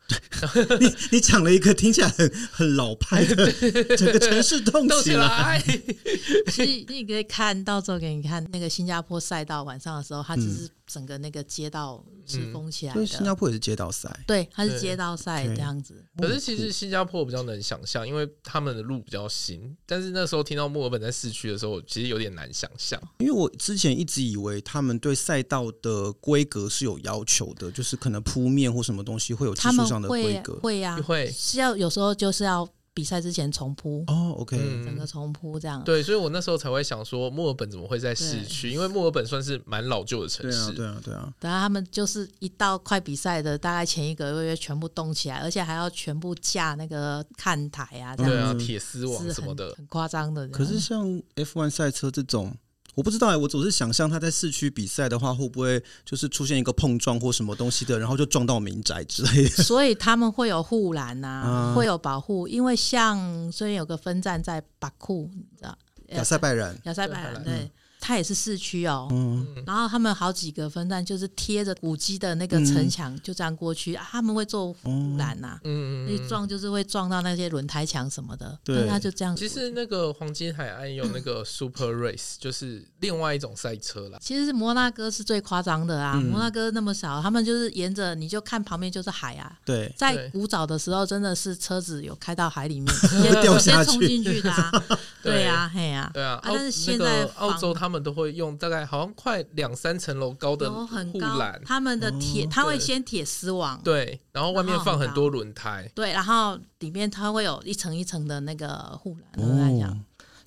S2: 你你讲了一个听起来很很老派 的，整个城市动
S1: 动
S2: 起
S1: 起
S2: 来。
S1: 来，
S3: 所以你可以看到时候给你看那个新加坡赛道晚上的时候，它只是整个那个街道
S1: 嗯
S3: 是封起来
S2: 嗯所以新加
S3: 的。
S2: 坡也是街道赛，
S3: 对，它是
S1: 对
S3: 街道赛
S2: 对
S3: 这样子。
S1: 可是
S2: 嗯
S1: 其实新加坡我比较能想象，因为他们的路比较新。但是那时候听到墨尔本在市区的时候，我其实有点难想象。
S2: 因为我之前一直以为他们对赛道的规格是有要求的，就是可能铺面或什么东西会有技
S3: 他
S2: 术
S3: 们
S2: 上的规
S3: 会
S2: 格。
S3: 会呀、
S1: 会
S3: 啊是要有时候就是要比赛之前重铺，
S2: 哦，OK，、
S1: 嗯
S3: 整个重铺这样。
S1: 对，所以我那时候才会想说，墨尔本怎么会在市区？因为墨尔本算是蛮老旧的城
S2: 对啊
S1: 市，，
S2: 对啊，对啊，
S3: 然后他们就是一到快比赛的大概前一个月全部动起来，而且还要全部架那个看台啊，这
S1: 对
S3: 样
S1: 啊，
S2: 嗯
S1: 铁丝网
S3: 是
S1: 什么
S3: 很
S1: 的，
S3: 很夸张的这样。
S2: 可是像 F1 赛车这种，我不知道哎、我总是想象他在市区比赛的话，会不会就是出现一个碰撞或什么东西的，然后就撞到民宅之类 的？
S3: 所以他们会有护栏呐
S2: 嗯，
S3: 会有保护，因为像虽然有个分站在巴库，你知道，呃
S2: 亚塞拜然，
S3: 亚塞
S1: 对
S3: 拜
S1: 海
S3: 然，
S1: 兰
S3: 对，它也是市区哦。
S2: 嗯，
S1: 嗯
S3: 然后他们好几个分站就是贴着古迹的那个
S2: 嗯
S3: 城墙，就这样过去，啊他们会做
S2: 哦
S3: 护栏呐，
S1: 嗯
S3: 一撞就是会撞到那些轮胎墙什么的，
S2: 对
S3: 但他就这样。
S1: 其实那个黄金海岸有那个 Super Race，就是另外一种赛车啦。
S3: 其实摩纳哥是最夸张的啊，
S2: 嗯
S3: 摩纳哥那么小，他们就是沿着你就看旁边就是海啊。
S2: 对，
S3: 在
S1: 对
S3: 古早的时候，真的是车子有开到海 里面，直接
S2: 掉下去
S3: 直接冲进去 的、啊。对呀、嘿呀、
S1: 对啊，
S3: 啊
S1: 澳
S3: 但是现
S1: 那
S3: 在
S1: 个澳
S3: 房
S1: 洲他们都会用大概好像快两三层楼高的
S3: 有很
S1: 护
S3: 高
S1: 栏，，
S3: 他们的铁，
S2: 哦
S3: 他会
S1: 对
S3: 先铁丝网，
S1: 对，然后外面
S3: 然后
S1: 放
S3: 很
S1: 很多轮胎，
S3: 对，然后里面它会有一层一层的那个护栏。我跟你讲，
S2: 哦，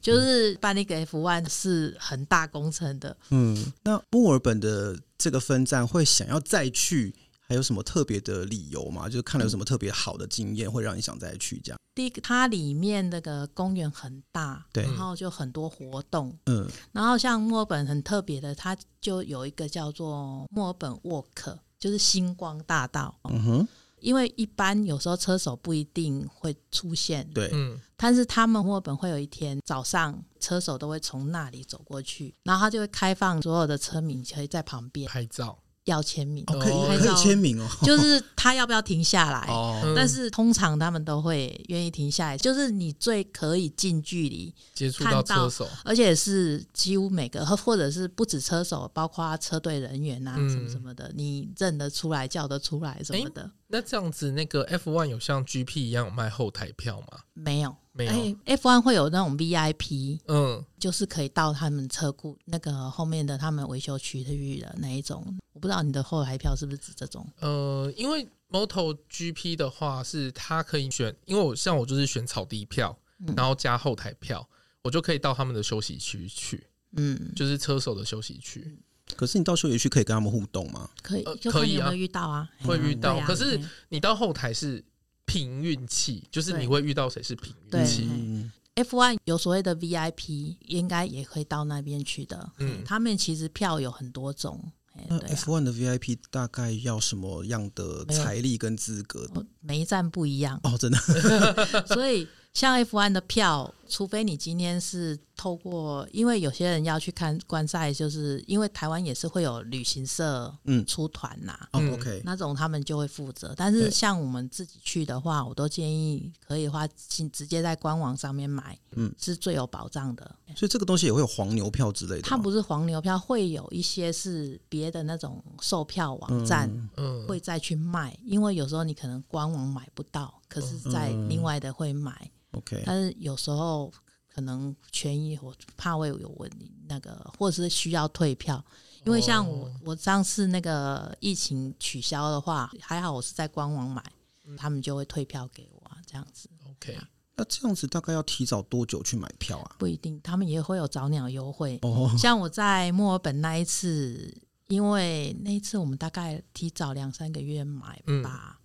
S3: 就是办那个 F one 是很大工程的，
S2: 嗯，那墨尔本的这个分站会想要再去。还有什么特别的理由吗？就是看了有什么特别好的经验，会让你想再去这样？
S3: 第一个，它里面那个公园很大，
S2: 对
S3: 然后就很多活动。
S2: 嗯，
S3: 然后像墨尔本很特别的，它就有一个叫做墨尔本 Walk，就是星光大道。
S2: 嗯哼，
S3: 因为一般有时候车手不一定会出现，
S2: 对，
S1: 嗯，
S3: 但是他们墨尔本会有一天早上，车手都会从那里走过去，然后他就会开放所有的车迷可以在旁边
S1: 拍照
S3: 要签名，
S2: 哦，可
S1: 哦
S2: 以可以 签名哦，
S3: 就是他要不要停下来。
S2: 哦，
S3: 但
S1: 嗯
S3: 是通常他们都会愿意停下来，就是你最可以近距离，
S1: 接触
S3: 看
S1: 到
S3: 到
S1: 车手，
S3: 而且是几乎每个，或者是不止车手，包括车队人员啊，
S1: 嗯
S3: 什么什么的，你认得出来、叫得出来什么的，
S1: 那这样子，那个 F One 有像 GP 一样有卖后台票吗？
S3: 没有。
S1: 没有，
S3: f one 会有那种 VIP，
S1: 嗯，
S3: 就是可以到他们车库那个后面的他们维修区域的那一种。我不知道你的后台票是不是指这种？
S1: 呃，因为 Moto GP 的话是它可以选，因为我像我就是选草地票，
S3: 嗯
S1: 然后加后台票，我就可以到他们的休息区去，
S3: 嗯，
S1: 就是车手的休息区
S2: 可是你到时候也去可以跟他们互动吗？
S3: 可以
S1: 呃，
S3: 就看
S1: 可以
S3: 你有
S1: 啊
S3: 没有遇到啊？
S1: 会遇
S3: 对
S1: 到。
S3: 啊
S1: 可是
S3: 对
S1: 你到后台是凭运气，就是你
S3: 对
S1: 会遇到谁是凭
S3: 对
S1: 运气。
S2: 嗯，
S3: F one 有所谓的 VIP，应该也可以到那边去的。
S1: 嗯
S3: 他们其实票有很多种，哎
S2: 那
S3: 对啊
S2: F1 的 VIP 大概要什么样的财力跟资格？，
S3: 哦每一站不一样
S2: 哦，真的，
S3: 所以像 F one 的票，除非你今天是透过，因为有些人要去看观赛，就是因为台湾也是会有旅行社
S2: 嗯，
S3: 出团呐、
S2: 哦
S1: 嗯
S2: ，OK，
S3: 那种他们就会负责，但是
S2: 对
S3: 像我们自己去的话，我都建议可以的话，进直接在官网上面买，
S2: 嗯
S3: 是最有保障的。
S2: 所以这个东西也会有黄牛票之类的吗。
S3: 它不是黄牛票，会有一些是别的那种售票网站、
S2: 嗯
S1: 嗯，
S3: 会再去卖，因为有时候你可能官网买不到，可是在
S2: 嗯
S3: 另外的会买，
S2: ，OK，
S3: 但是有时候可能权益我怕会有问题那个，或者是需要退票。因为像我
S1: 哦，
S3: 我上次那个疫情取消的话，还好我是在官网买，
S1: 嗯
S3: 他们就会退票给我啊，这样子
S1: OK，
S2: 那这样子大概要提早多久去买票 啊？
S3: 不一定，他们也会有早鸟优惠。
S2: 哦，
S3: 像我在墨尔本那一次，因为那一次我们大概提早两三个月买
S1: 嗯
S3: 吧，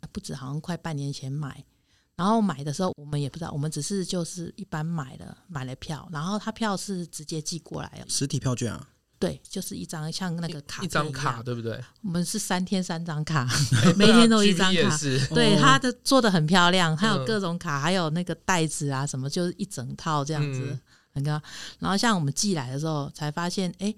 S3: 啊不止，好像快半年前买。然后买的时候我们也不知道，我们只是就是一般买了买了票，然后他票是直接寄过来，
S2: 实体票券啊，
S3: 对，就是一张像那个卡
S1: 一张
S3: 片样
S1: 卡，对不对？
S3: 我们是三天三张卡，
S1: 哎
S3: 每
S1: 对啊
S3: 天都一
S1: GP
S3: 张
S1: 也
S3: 卡
S1: 是，
S3: 对，
S2: 哦
S3: 它的做的很漂亮，它
S1: 嗯
S3: 有各种卡，还有那个袋子啊什么，就是一整套这样子，
S1: 嗯
S3: 很高。然后像我们寄来的时候，才发现，哎、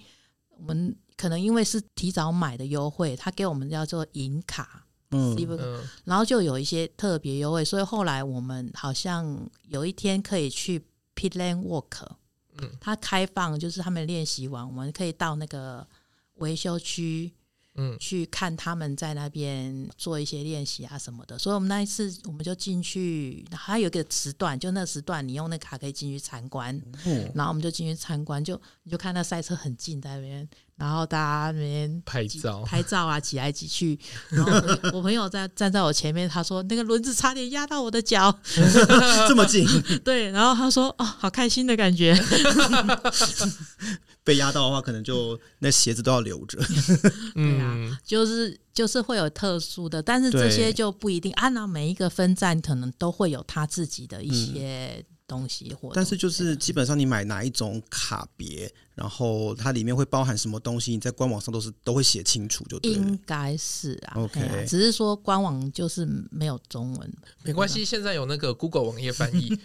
S3: 我们可能因为是提早买的优惠，他给我们叫做银卡。
S2: 嗯，
S3: Silver
S1: 嗯，
S3: 然后就有一些特别优惠，所以后来我们好像有一天可以去 Pit Lane Walk，
S1: 嗯
S3: 它开放就是他们练习完，我们可以到那个维修区
S1: 嗯，
S3: 去看他们在那边做一些练习啊什么的。所以我们那一次我们就进去，还有一个时段，就那时段你用那卡可以进去参观，
S2: 哦，
S3: 然后我们就进去参观，就你就看那赛车很近在那边，然后大家那边
S1: 拍
S3: 挤
S1: 照，
S3: 拍照啊，挤来挤去。然后我朋友我朋友在站在我前面，他说那个轮子差点压到我的脚，
S2: 这么近
S3: 对，然后他说哦，好开心的感觉。
S2: 被压到的话，可能就那鞋子都要 留着。
S3: 对
S1: 嗯
S3: 啊，就是就是会有特殊的，但是这
S2: 对
S3: 些就不一定。按照每一个分站，可能都会有他自己的一些东西或、
S2: 嗯但是就是基本上你买哪一种卡别，然后它里面会包含什么东西，你在官网上都是都会写清楚就对
S1: 嗯
S2: 了
S3: 应。该是啊
S2: OK
S3: 哎呀只是说官网就是没有中文，
S1: 没关系，现在有那个 Google 网页翻译，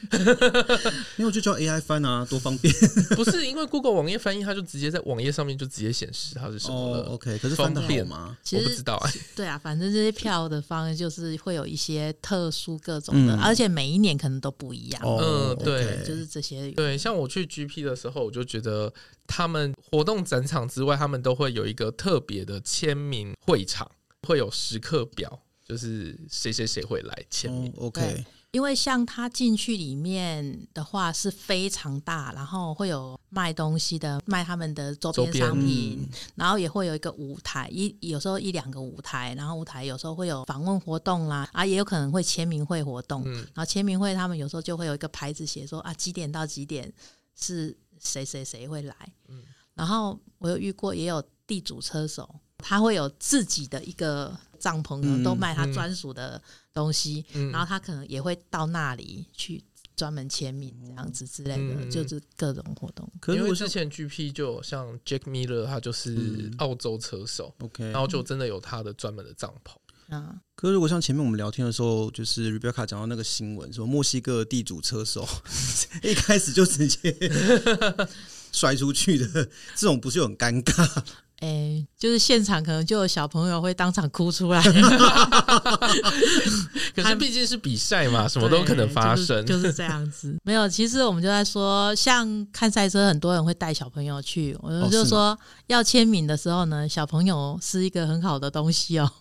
S2: 没有就叫 AI 翻啊，多方便
S1: 不是因为 Google 网页翻译，它就直接在网页上面就直接显示它是什么
S2: 哦
S1: 了。
S2: ？OK，可是翻的好吗？
S3: 其
S1: 我不知
S3: 实
S1: 道啊，
S3: 对啊，反正这些票的方式就是会有一些特殊各种的，
S2: 嗯
S3: 而且每一年可能都不一样。
S2: 哦，
S1: 嗯对
S3: 就是是这些
S1: 对，像我去 GP 的时候，我就觉得他们活动展场之外，他们都会有一个特别的签名会场，会有时刻表，就是谁谁谁会来签名。
S2: OK，嗯
S3: 因为像它进去里面的话是非常大，然后会有卖东西的，卖他们的周边
S1: 周边
S3: 商品，
S2: 嗯，
S3: 然后也会有一个舞台，一有时候一两个舞台，然后舞台有时候会有访问活动啦，啊，也有可能会签名会活动。
S1: 嗯，
S3: 然后签名会他们有时候就会有一个牌子写说啊几点到几点是谁谁谁会来。
S1: 嗯
S3: 然后我有遇过也有地主车手，他会有自己的一个帐篷，
S2: 嗯
S3: 都卖他
S1: 嗯
S3: 专属的东西。
S1: 嗯
S3: 然后他可能也会到那里去专门签名这样子之类的，
S1: 嗯
S3: 就是各种活动。
S2: 可
S1: 因
S2: 是
S1: 为
S2: 如果
S1: 之
S2: 是
S1: 前 GP 就有像 Jack Miller，他就是
S2: 嗯
S1: 澳洲车手，
S2: OK，
S1: 然后就真的有他的专门的帐篷。
S3: 嗯，
S2: 可是如果像前面我们聊天的时候，就是 Rebecca 讲到那个新闻，说墨西哥地主车手 一开始就 直接 甩出去的，这种不是很尴尬？
S3: 哎、就是现场可能就有小朋友会当场 哭出来，
S1: 可是
S3: 还
S1: 毕竟是比赛嘛，什么都可能发生。
S3: 对就是，就是这样子。没有，其实我们就在说，像看赛车，很多人会带小朋友去，我
S2: 哦
S3: 们就是说、要签名的时候呢，小朋友是一个很好的东 西哦，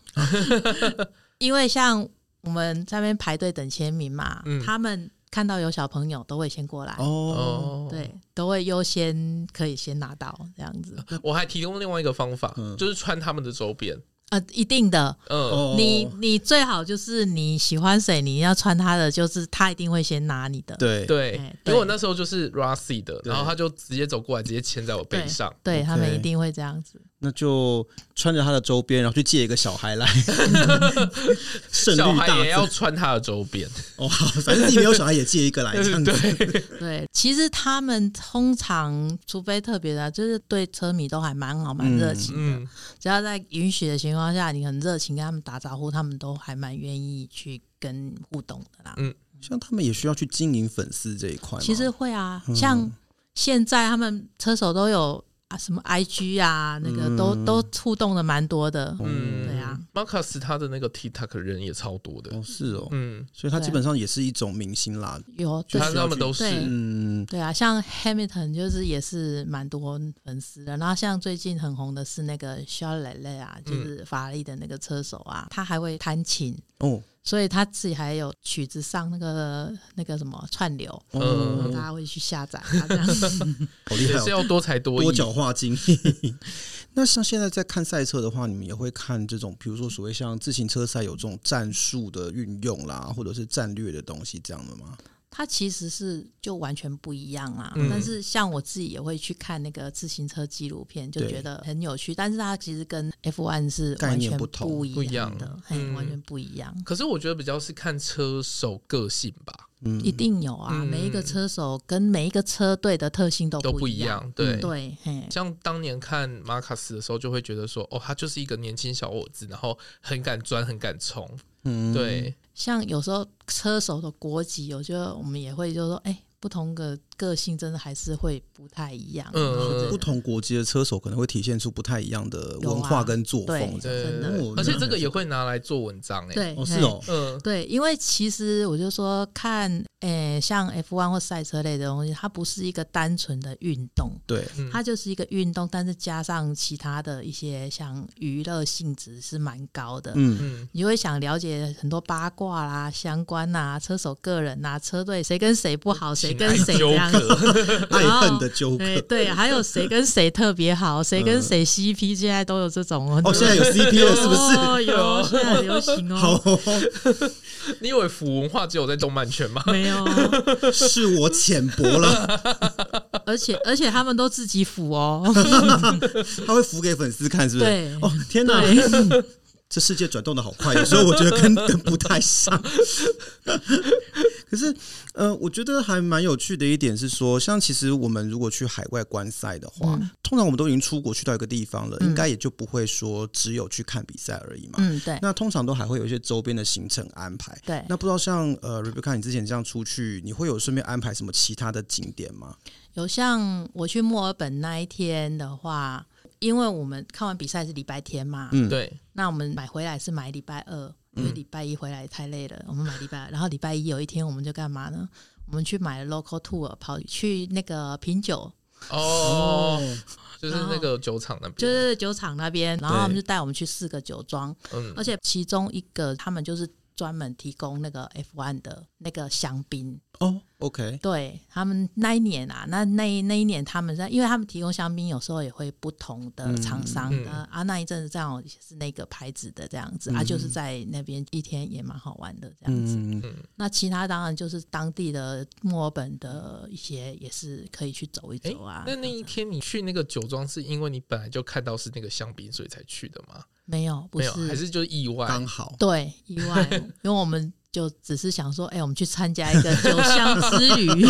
S3: 因为像我们在那边排队等签名嘛，
S1: 嗯
S3: 他们看到有小朋友都会先过来。
S2: 哦，
S1: 哦，
S3: 对，都会优先可以先拿到这样子，
S1: 我还提供另外一个方法，
S2: 嗯
S1: 就是穿他们的周边。
S3: 呃，一定的。
S1: 嗯，
S2: 哦
S3: 你你最好就是你喜欢谁，你要穿他的，就是他一定会先拿你的。
S2: 对
S1: 对
S3: 哎，
S1: 因
S3: 对
S1: 为我那时候就是 Rossi 的，
S2: 对
S1: 然后他就直接走过来，直接牵在我背上。
S3: 对他
S2: OK
S3: 们一定会这样子。
S2: 那就穿着他的周边，然后去借一个小 孩来，胜
S1: 小
S2: 率
S1: 孩
S2: 大
S1: 也要
S2: 增
S1: 穿他的周 边，
S2: 哦，好，反正自己没有小孩也借一个来哎这样子。
S1: 对，
S3: 对，其实他们通常，除非特别的，就是对车迷都还蛮好、蛮热情的。
S1: 嗯，
S3: 只要在允许的情况下，你很热情跟他们打招呼，他们都还蛮愿意去跟互动的
S1: 嗯
S3: 啦。
S2: 像他们也需要去经营粉丝这一块吗。
S3: 其实会啊，
S2: 嗯
S3: 像现在他们车手都有啊，什么 IG 啊，那个都、
S2: 嗯
S3: 都互动的蛮多的。
S1: 嗯，
S3: 对啊
S1: ，Marcus 他的那个 TikTok 人也超多的，
S2: 哦，是哦，
S1: 嗯，
S2: 所以他
S3: 对
S2: 基本上也是一种明星啦。
S3: 有对
S1: 他他们都是，
S3: 对
S2: 嗯，
S3: 对啊，像 Hamilton 就是也是蛮多粉丝的，然后像最近很红的是那个 s h a r l e t 啊，就是法拉利的那个车手啊，他还会弹琴，
S2: 哦，
S3: 所以他自己还有曲子上那个那个什么串流，然后
S1: 嗯
S3: 大
S2: 哦，
S3: 家会去下载啊，这样
S2: 好厉
S1: 也
S2: 害
S1: 是
S2: 哦，
S1: 要多才多艺
S2: 多。角化经历。 那像现在在看赛车的话，你们也会看这种，比如说所谓像自行车赛有这种战术的运用啦，或者是战略的东西这样的吗？
S3: 它其实是就完全不一样啦。
S1: 嗯
S3: 但是像我自己也会去看那个自行车纪录片，就
S2: 对
S3: 觉得很有趣。但是它其实跟 F1 是
S2: 概
S3: 完
S2: 念
S3: 全
S2: 不同
S3: 不
S1: 不一
S3: 一
S1: 样
S3: 样的，嘿
S1: 嗯
S3: 完全不一样。
S1: 可是我觉得比较是看车手个性吧，
S2: 嗯，
S3: 一定有啊，
S1: 嗯
S3: 每一个车手跟每一个车队的特
S2: 哦
S3: 性都
S1: 都不
S3: 不一
S1: 一。样。对，
S3: 嗯对，嘿，
S1: 像当年看马卡斯的时候，就会觉得说，哦，他就是一个年轻小伙子，然后很敢钻，很敢冲。
S2: 嗯，
S1: 对，
S3: 像有时候车手的国籍，我觉得我们也会就说，哎、不同的个性真的还是会不太一样。
S1: 嗯
S3: 是真的
S2: 不同国籍的车手可能会体现出不太一样的
S3: 呃有啊
S2: 文化跟作
S3: 对
S2: 风。
S1: 真的
S2: 哦
S1: 而且这个也会拿来做文章哎、欸，
S3: 对，
S2: 哦，是
S3: 嘿
S2: 哦，
S1: 嗯
S3: 对，因为其实我就说看，诶、像 F1 或赛车类的东西，它不是一个单纯的运动，
S2: 对，
S1: 嗯，
S3: 它就是一个运动，但是加上其他的一些像娱乐性质是蛮高的。
S2: 嗯，
S1: 嗯
S3: 你就会想了解很多八卦啦、相关呐、车手个人呐、车队谁跟谁不好，谁
S1: 情
S3: 跟
S1: 爱
S3: 谁这
S1: 纠
S3: 样
S1: 葛
S2: 爱恨的纠葛。
S3: 对对，还有谁跟谁特别好，谁跟谁 CP，现在都有这种哦。
S2: 嗯哦，现 在有 CP 了，是不是？
S3: 哦有，现在流行哦。
S2: 好，
S1: 你以为腐文化只有在动漫圈吗？
S3: 没有，
S2: 哦是我浅薄了，
S3: 而且而且他们都自己腐哦。
S2: 他会扶给粉丝看，是不是？
S3: 对
S2: 哦，天哪！
S3: 对，
S2: 这世界转动的好快，有时候我觉得 跟跟不太上。 可是，呃，我觉得还蛮有趣的一点是说，像其实我们如果去海外观赛的话，
S3: 嗯
S2: 通常我们都已经出国去到一个地方了，
S3: 嗯
S2: 应该也就不会说只有去看比赛而已嘛。
S3: 嗯，对
S2: 那通常都还会有一些周边的行程安排。
S3: 对。
S2: 那不知道像呃，Rebecca，你之前这样出去，你会有顺便安排什么其他的景点吗？
S3: 有像我去墨尔本那一天的话，因为我们看完比赛是礼拜天嘛，
S2: 嗯，，
S1: 对，
S3: 那我们买回来是买礼拜二，
S1: 嗯
S3: 因为礼拜一回来太累了，我们买礼拜二，然后礼拜一有一天我们就干嘛呢？我们去买了 local tour，跑去那个品酒，
S1: 哦，
S2: 哦，
S1: 就是那个酒厂那边，
S3: 嗯就是酒厂那边，然后他们就带我们去四个酒庄，
S1: 嗯
S3: 而且其中一个他们就是专门提供那个 F1 的那个香槟，
S2: 哦，OK，
S3: 对他们那一年啊，那那一那一年他们在，因为他们提供香槟有时候也会不同的厂商
S1: 嗯嗯嗯
S3: 的、啊，那一阵子这样是那个牌子的这样子、啊，就是在那边一天也蛮好玩的这样子。
S2: 嗯，
S3: 那其他当然就是当地的墨尔本的一些也是可以去走一
S1: 诶
S3: 走啊。
S1: 那那一天你去那个酒庄，是因为你本来就看到是那个香槟，所以才去的吗？
S3: 没有，不
S1: 没有，啊还是就是意外？
S2: 刚好。
S3: 对意 外，因为我们就只是想说，哎、我们去参加一个酒香之 旅。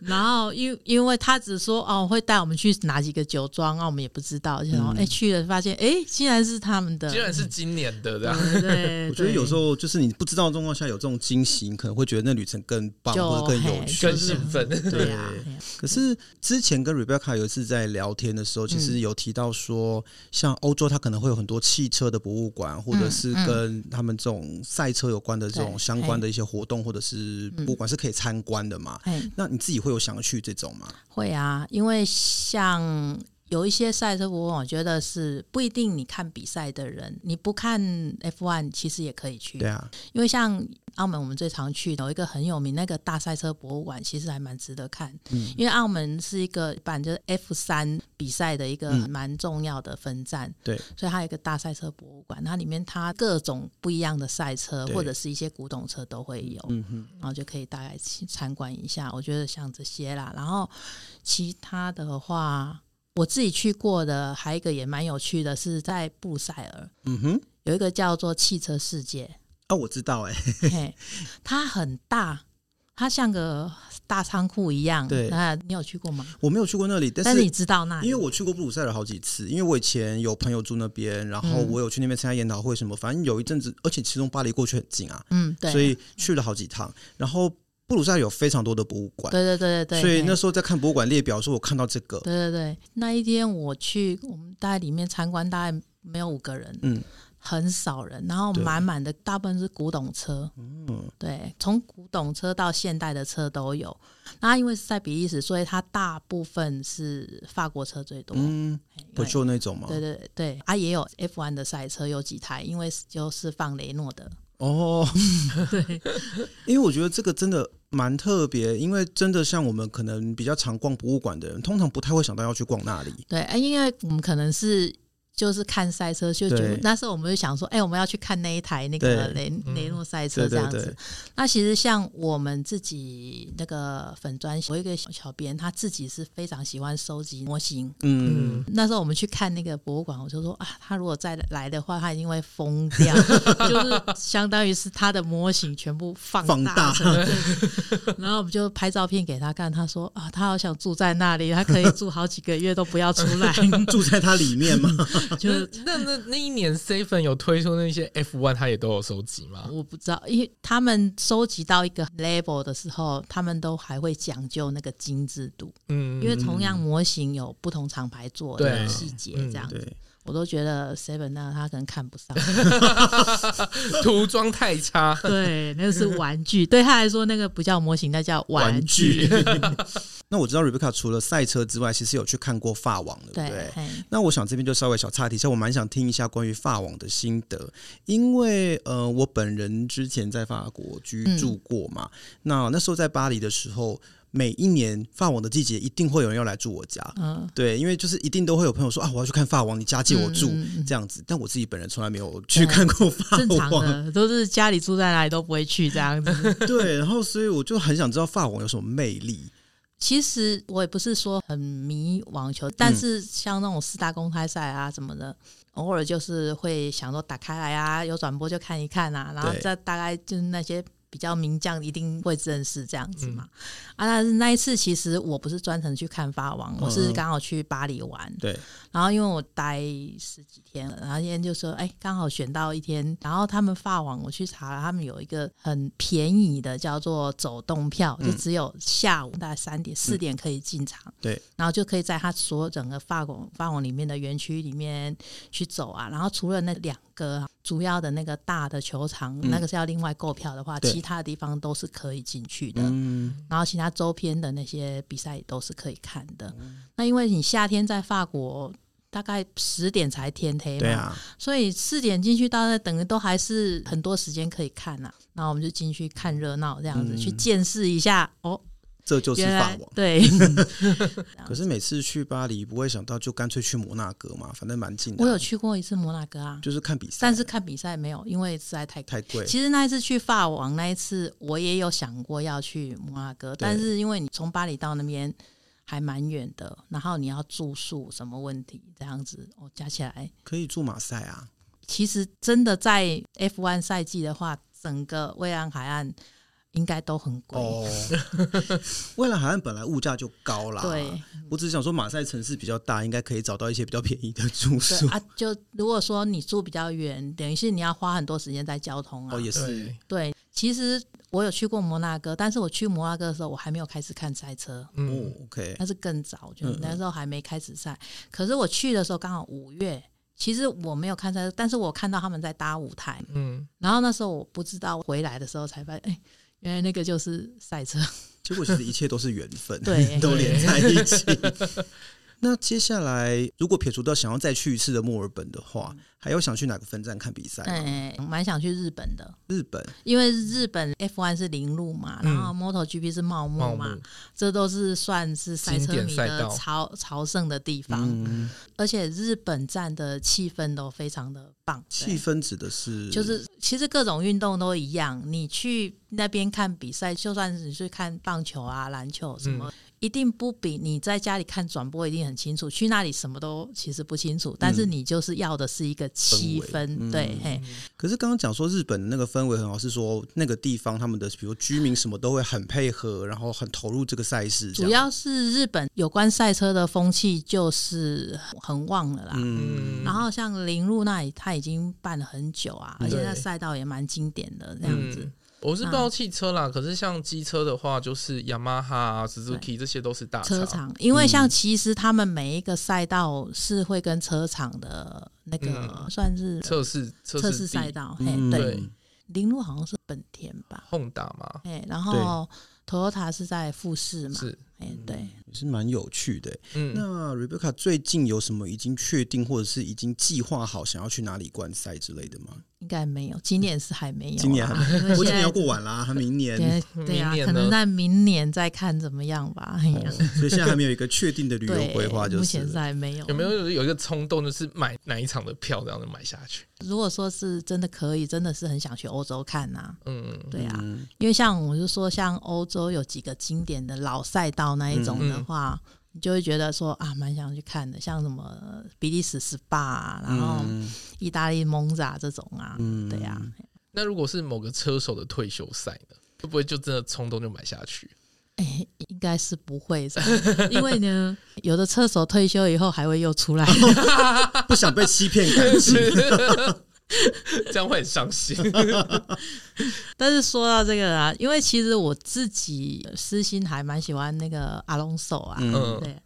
S3: 然后因因为他只说哦会带我们去哪几个酒庄啊，我们也不知道，就想说哎、去了发现哎、竟然是他们的，
S1: 嗯竟然是今年的 这样，
S3: 对啊对，
S2: 我觉得有时
S3: 候
S2: 候就是你不知道的状况下有这种惊喜，你可能会觉得那旅程更棒
S3: 就
S2: 或者更有
S3: 嘿
S2: 趣。
S1: 更兴奋。
S3: 对啊，嘿啊
S2: 可是之前跟 Rebecca 有一次在聊天的时候，其
S3: 嗯
S2: 实有提到说，像欧洲它可能会有很多汽车的博物馆，或者是跟他们这种赛车有关的这种
S3: 嗯对
S2: 相关的一些活动，或者是博物馆是可以参观的嘛。
S3: 嘿
S2: 那你自己会有想要去这种吗？
S3: 会啊，因为像有一些赛车博物馆，我觉得是不一定你看比赛的人，你不看 F1 其实也可以去。
S2: 对啊，
S3: 因为像澳门，我们最常去有一个很有名那个大赛车博物馆，其实还蛮值得看。
S2: 嗯
S3: 因为澳门是一个办就是 F 三比赛的一个
S2: 嗯
S3: 蛮重要的分站，
S2: 对，
S3: 所以它有一个大赛车博物馆，它里面它各种不一样的赛车
S2: 对
S3: 或者是一些古董车都会有，
S2: 嗯哼，
S3: 然后就可以大概去参观一下。我觉得像这些啦，然后其他的话，我自己去过的还有一个也蛮有趣的，是在布鲁塞尔
S2: 嗯哼，
S3: 有一个叫做汽车世界。
S2: 啊，我知道、欸，哎，
S3: 嘿，它很大，它像个大仓库一样。
S2: 对
S3: 那你有去过吗？
S2: 我没有去过那里，但
S3: 但是
S2: 是
S3: 你知道那里，
S2: 因为我去过布鲁塞尔好几次，因为我以前有朋友住那边，然后
S3: 嗯
S2: 我有去那边参加研讨会什么，反正有一阵子，而且其中巴黎过去很近啊，
S3: 嗯，对，
S2: 所以去了好几趟。然后布鲁塞尔有非常多的博物馆，
S3: 对对对对对，
S2: 所以那
S3: 嘿
S2: 时候在看博物馆列表的时候，我看到这个，
S3: 对对对那一天我去，我们大概里面参观大概没有五个人，
S2: 嗯，
S3: 很少人，然后
S2: 对
S3: 满满的大部分是古董车，嗯，对，从古董车到现代的车都有。那因为是在比利时，所以它大部分是法国车最多，
S2: 嗯，
S3: 嘿
S2: 不就那种吗？
S3: 对对对，啊，也有 F1 的赛车有几台，因为是就是放雷诺的，
S2: 哦， 对，因为我觉得这个真的蛮特别，因为真的像我们可能比较常逛博物馆的人，通常不太会想到要去逛那里。
S3: 对，啊因为我们可能是就是看赛车，就觉得
S2: 对
S3: 那时候我们就想说，哎、我们要去看那一台那个雷雷诺赛车
S2: 对
S3: 这
S2: 对
S3: 样子。
S2: 对，
S3: 那其实像我们自己那个粉砖，我有一个小小编，他自己是非常喜欢收集模型。
S2: 嗯，
S3: 那时候我们去看那个博物馆，我就说啊，他如果再来的话，他一定会疯 掉，就是相当于是他的模型全部放
S2: 放大
S3: 成 这样然后我们就拍照片给他看，他说 啊，他好想住在那里，他可以住好几个月都不要出来。
S2: 住在它里面嘛，
S3: 就
S1: 那那那一年 C 粉有推出那些 F one，他也都有收集吗？
S3: 我不知道，因为他们收集到一个 level 的时候，他们都还会讲究那个精致度，
S1: 嗯，
S3: 因为同样模型有不同厂牌做
S1: 对
S3: 的细节
S1: 嗯
S3: 这样子，
S2: 对，
S3: 我都觉得 Seven 那他可能看不上，
S1: 涂装太差，
S3: 对，那个是玩具，对他来说那个不叫模型，那叫玩具，
S2: 那我知道 Rebecca 除了赛车之外，其实有去看过法网，对不对？
S3: 对，嘿
S2: 那我想这边就稍微小岔题一下，我蛮想听一下关于法网的心得，因为呃，我本人之前在法国居住过嘛，
S3: 嗯
S2: 那那时候在巴黎的时候，每一年法网的季节一定会有人要来住我家，
S3: 嗯，
S2: 对，因为就是一定都会有朋友说啊，我要去看法网，你家借我住、
S3: 嗯嗯嗯
S2: 这样子，但我自己本人从来没有去看过法
S3: 正常啊
S2: 网，
S3: 的都是家里住在哪里都不会去这样子，
S2: 对，然后所以我就很想知道法网有什么魅力，
S3: 其实我也不是说很迷网球，但是像那种四大公开赛啊什么的，偶尔就是会想说打开来啊，有转播就看一看啊，然后
S2: 对
S3: 再大概就是那些比较名将一定会认识这样子嘛。啊，但是那一次其实我不是专程去看法网，我是刚好去巴黎玩，
S2: 对，
S3: 然后因为我待十几天了，然后今天就说，哎，刚好选到一天，然后他们发网我去查了，他们有一个很便宜的叫做走动票，
S2: 嗯
S3: 就只有下午大概三点四点可以进场，
S2: 对，
S3: 然后就可以在他所有整个发网发网里面的园区里面去走啊，然后除了那两个主要的那个大的球场，那个是要另外购票的话，
S2: 嗯对
S3: 其他地方都是可以进去的，
S2: 嗯，
S3: 然后其他周边的那些比赛也都是可以看的。
S2: 嗯
S3: 那因为你夏天在法国。大概十点才天黑嘛，
S2: 对啊，
S3: 所以四点进去到那等于都还是很多时间可以看呐、然后我们就进去看热闹，这样子、
S2: 嗯
S3: 去见识一下哦，
S2: 这就是
S3: 原
S2: 法
S3: 来
S2: 网。
S3: 对。
S2: 可是每次去巴黎，不会想到就干脆去摩纳哥嘛，反正蛮近的啊。
S3: 我有去过一次摩纳哥啊，
S2: 就是看比赛，
S3: 但是看比赛没有，因为实在太
S2: 太贵。
S3: 其实那一次去法王那一次，我也有想过要去摩纳哥，但是因为你从巴黎到那边还蛮远的，然后你要住宿什么问题，这样子我、哦、加起来，
S2: 可以住马赛啊，
S3: 其实真的在 F1 赛季的话，整个蔚安海岸应该都很贵。
S2: 哦， 未来海岸本来物价就高啦，
S3: 对，
S2: 我只是想说马赛城市比较大，应该可以找到一些比较便宜的住宿
S3: 对。啊，就如果说你住比较远，等于是你要花很多时间在交通啊。
S2: 哦，也是
S1: 对，
S3: 对，其实我有去过摩纳哥，但是我去摩纳哥的时候，我还没有开始看赛车。
S2: 哦
S1: 嗯，
S2: ，OK，
S3: 那是更早，
S2: 嗯
S3: 就
S2: 嗯
S3: 那时候还没开始赛。可是我去的时候刚好五月，其实我没有看赛，但是我看到他们在搭舞台，
S1: 嗯，
S3: 然后那时候我不知道，回来的时候才发现，哎、原来那个就是赛车。
S2: 结果其实一切都是缘分，
S3: 对
S2: 都连在一起。 那接下来，如果撇除掉想要再去一次的墨尔本的
S3: 嗯
S2: 话，还有想去哪个分站看比赛吗？
S3: 哎、蛮想去日本的，
S2: 日本
S3: 因为日本 F1 是铃鹿嘛，
S1: 嗯
S3: 然后 MotoGP 是茂
S1: 茂
S3: 木嘛，
S1: 木，
S3: 这都是算是赛
S1: 经
S3: 车
S1: 典
S3: 迷
S1: 赛
S3: 的
S1: 道
S3: 朝朝圣的地方，
S2: 嗯
S3: 而且日本站的气氛都非常的棒，
S2: 气
S3: 对
S2: 氛指的是
S3: 就是其实各种运动都一样，你去那边看比赛，就算是你去看棒球啊、篮球什
S2: 嗯
S3: 么，一定不比你在家里看转播一定很清楚。去那里什么都其实不清楚，但是你就是要的是一个气氛，
S2: 嗯氛围
S3: 对
S2: 嗯，
S3: 嘿，
S2: 可是刚刚讲说日本的那个氛围很好，是说那个地方他们的比如居民什么都会很配合，然后很投入这个赛事这
S3: 主
S2: 样，
S3: 要是日本有关赛车的风气就是很旺了啦。
S2: 嗯，
S1: 嗯
S3: 然后像林路那里，他已经办了很久啊，
S2: 嗯
S3: 而且那
S1: 对
S3: 赛道也蛮经典的这样子
S1: 嗯。我是不知道汽车啦，可是像机车的话，就是雅马哈、Suzuki 这些都是大
S3: 车
S1: 厂，
S3: 厂，因为
S2: 嗯
S3: 像其实他们每一个赛道是会跟车厂的那个、
S1: 嗯
S3: 算是
S1: 测试测
S3: 测
S1: 试
S3: 试赛
S1: 地
S3: 道，嘿，
S2: 嗯
S3: 对，
S1: 对
S3: 铃鹿好像是本田吧，
S1: ，Honda 嘛，
S3: 哎，然后 Toyota 是在富士嘛，
S1: 是，
S3: 哎，对，
S2: 也是蛮有趣的。欸
S1: 嗯，
S2: 那 Rebecca 最近有什么已经确定或者是已经计划好想要去哪里观赛之类的吗？
S3: 应该没有，今年是还没有啊，
S2: 今年还
S3: 因 为
S2: 我今年
S3: 现在
S2: 要过完啦，还明年，
S3: 对对啊
S1: 明年，呢
S3: 可能在明年再看怎么样吧，哎呀，
S2: 所以现在还没有一个确定哦的旅游
S3: 对，
S2: 规划，就
S3: 目
S2: 是
S3: 前是
S2: 了
S3: 还没有，
S1: 有没有有一个冲动，就是买哪一场的票，这样子买下去？
S3: 如果说是真的可以，真的是很想去欧洲看呐、
S1: 嗯，
S3: 对啊，
S2: 嗯
S3: 因为像我就说，像欧洲有几个经典的老赛道那一
S2: 嗯
S3: 种的话，你就会觉得说啊，蛮想去看的，像什么比利时 SPA，、啊、然后
S2: 嗯
S3: 意大利蒙扎这种啊，
S2: 嗯
S3: 对呀、
S1: 那如果是某个车手的退休赛呢，会不会就真的冲动就买下去？
S3: 哎，应该是不会这样， 因为呢，有的车手退休以后还会又出来，
S2: 嗯不想被欺骗感情。
S1: 这样会很伤心。
S3: 但是说到这个啊，因为其实我自己私心还蛮喜欢那个阿隆索啊，
S1: 嗯
S3: 对。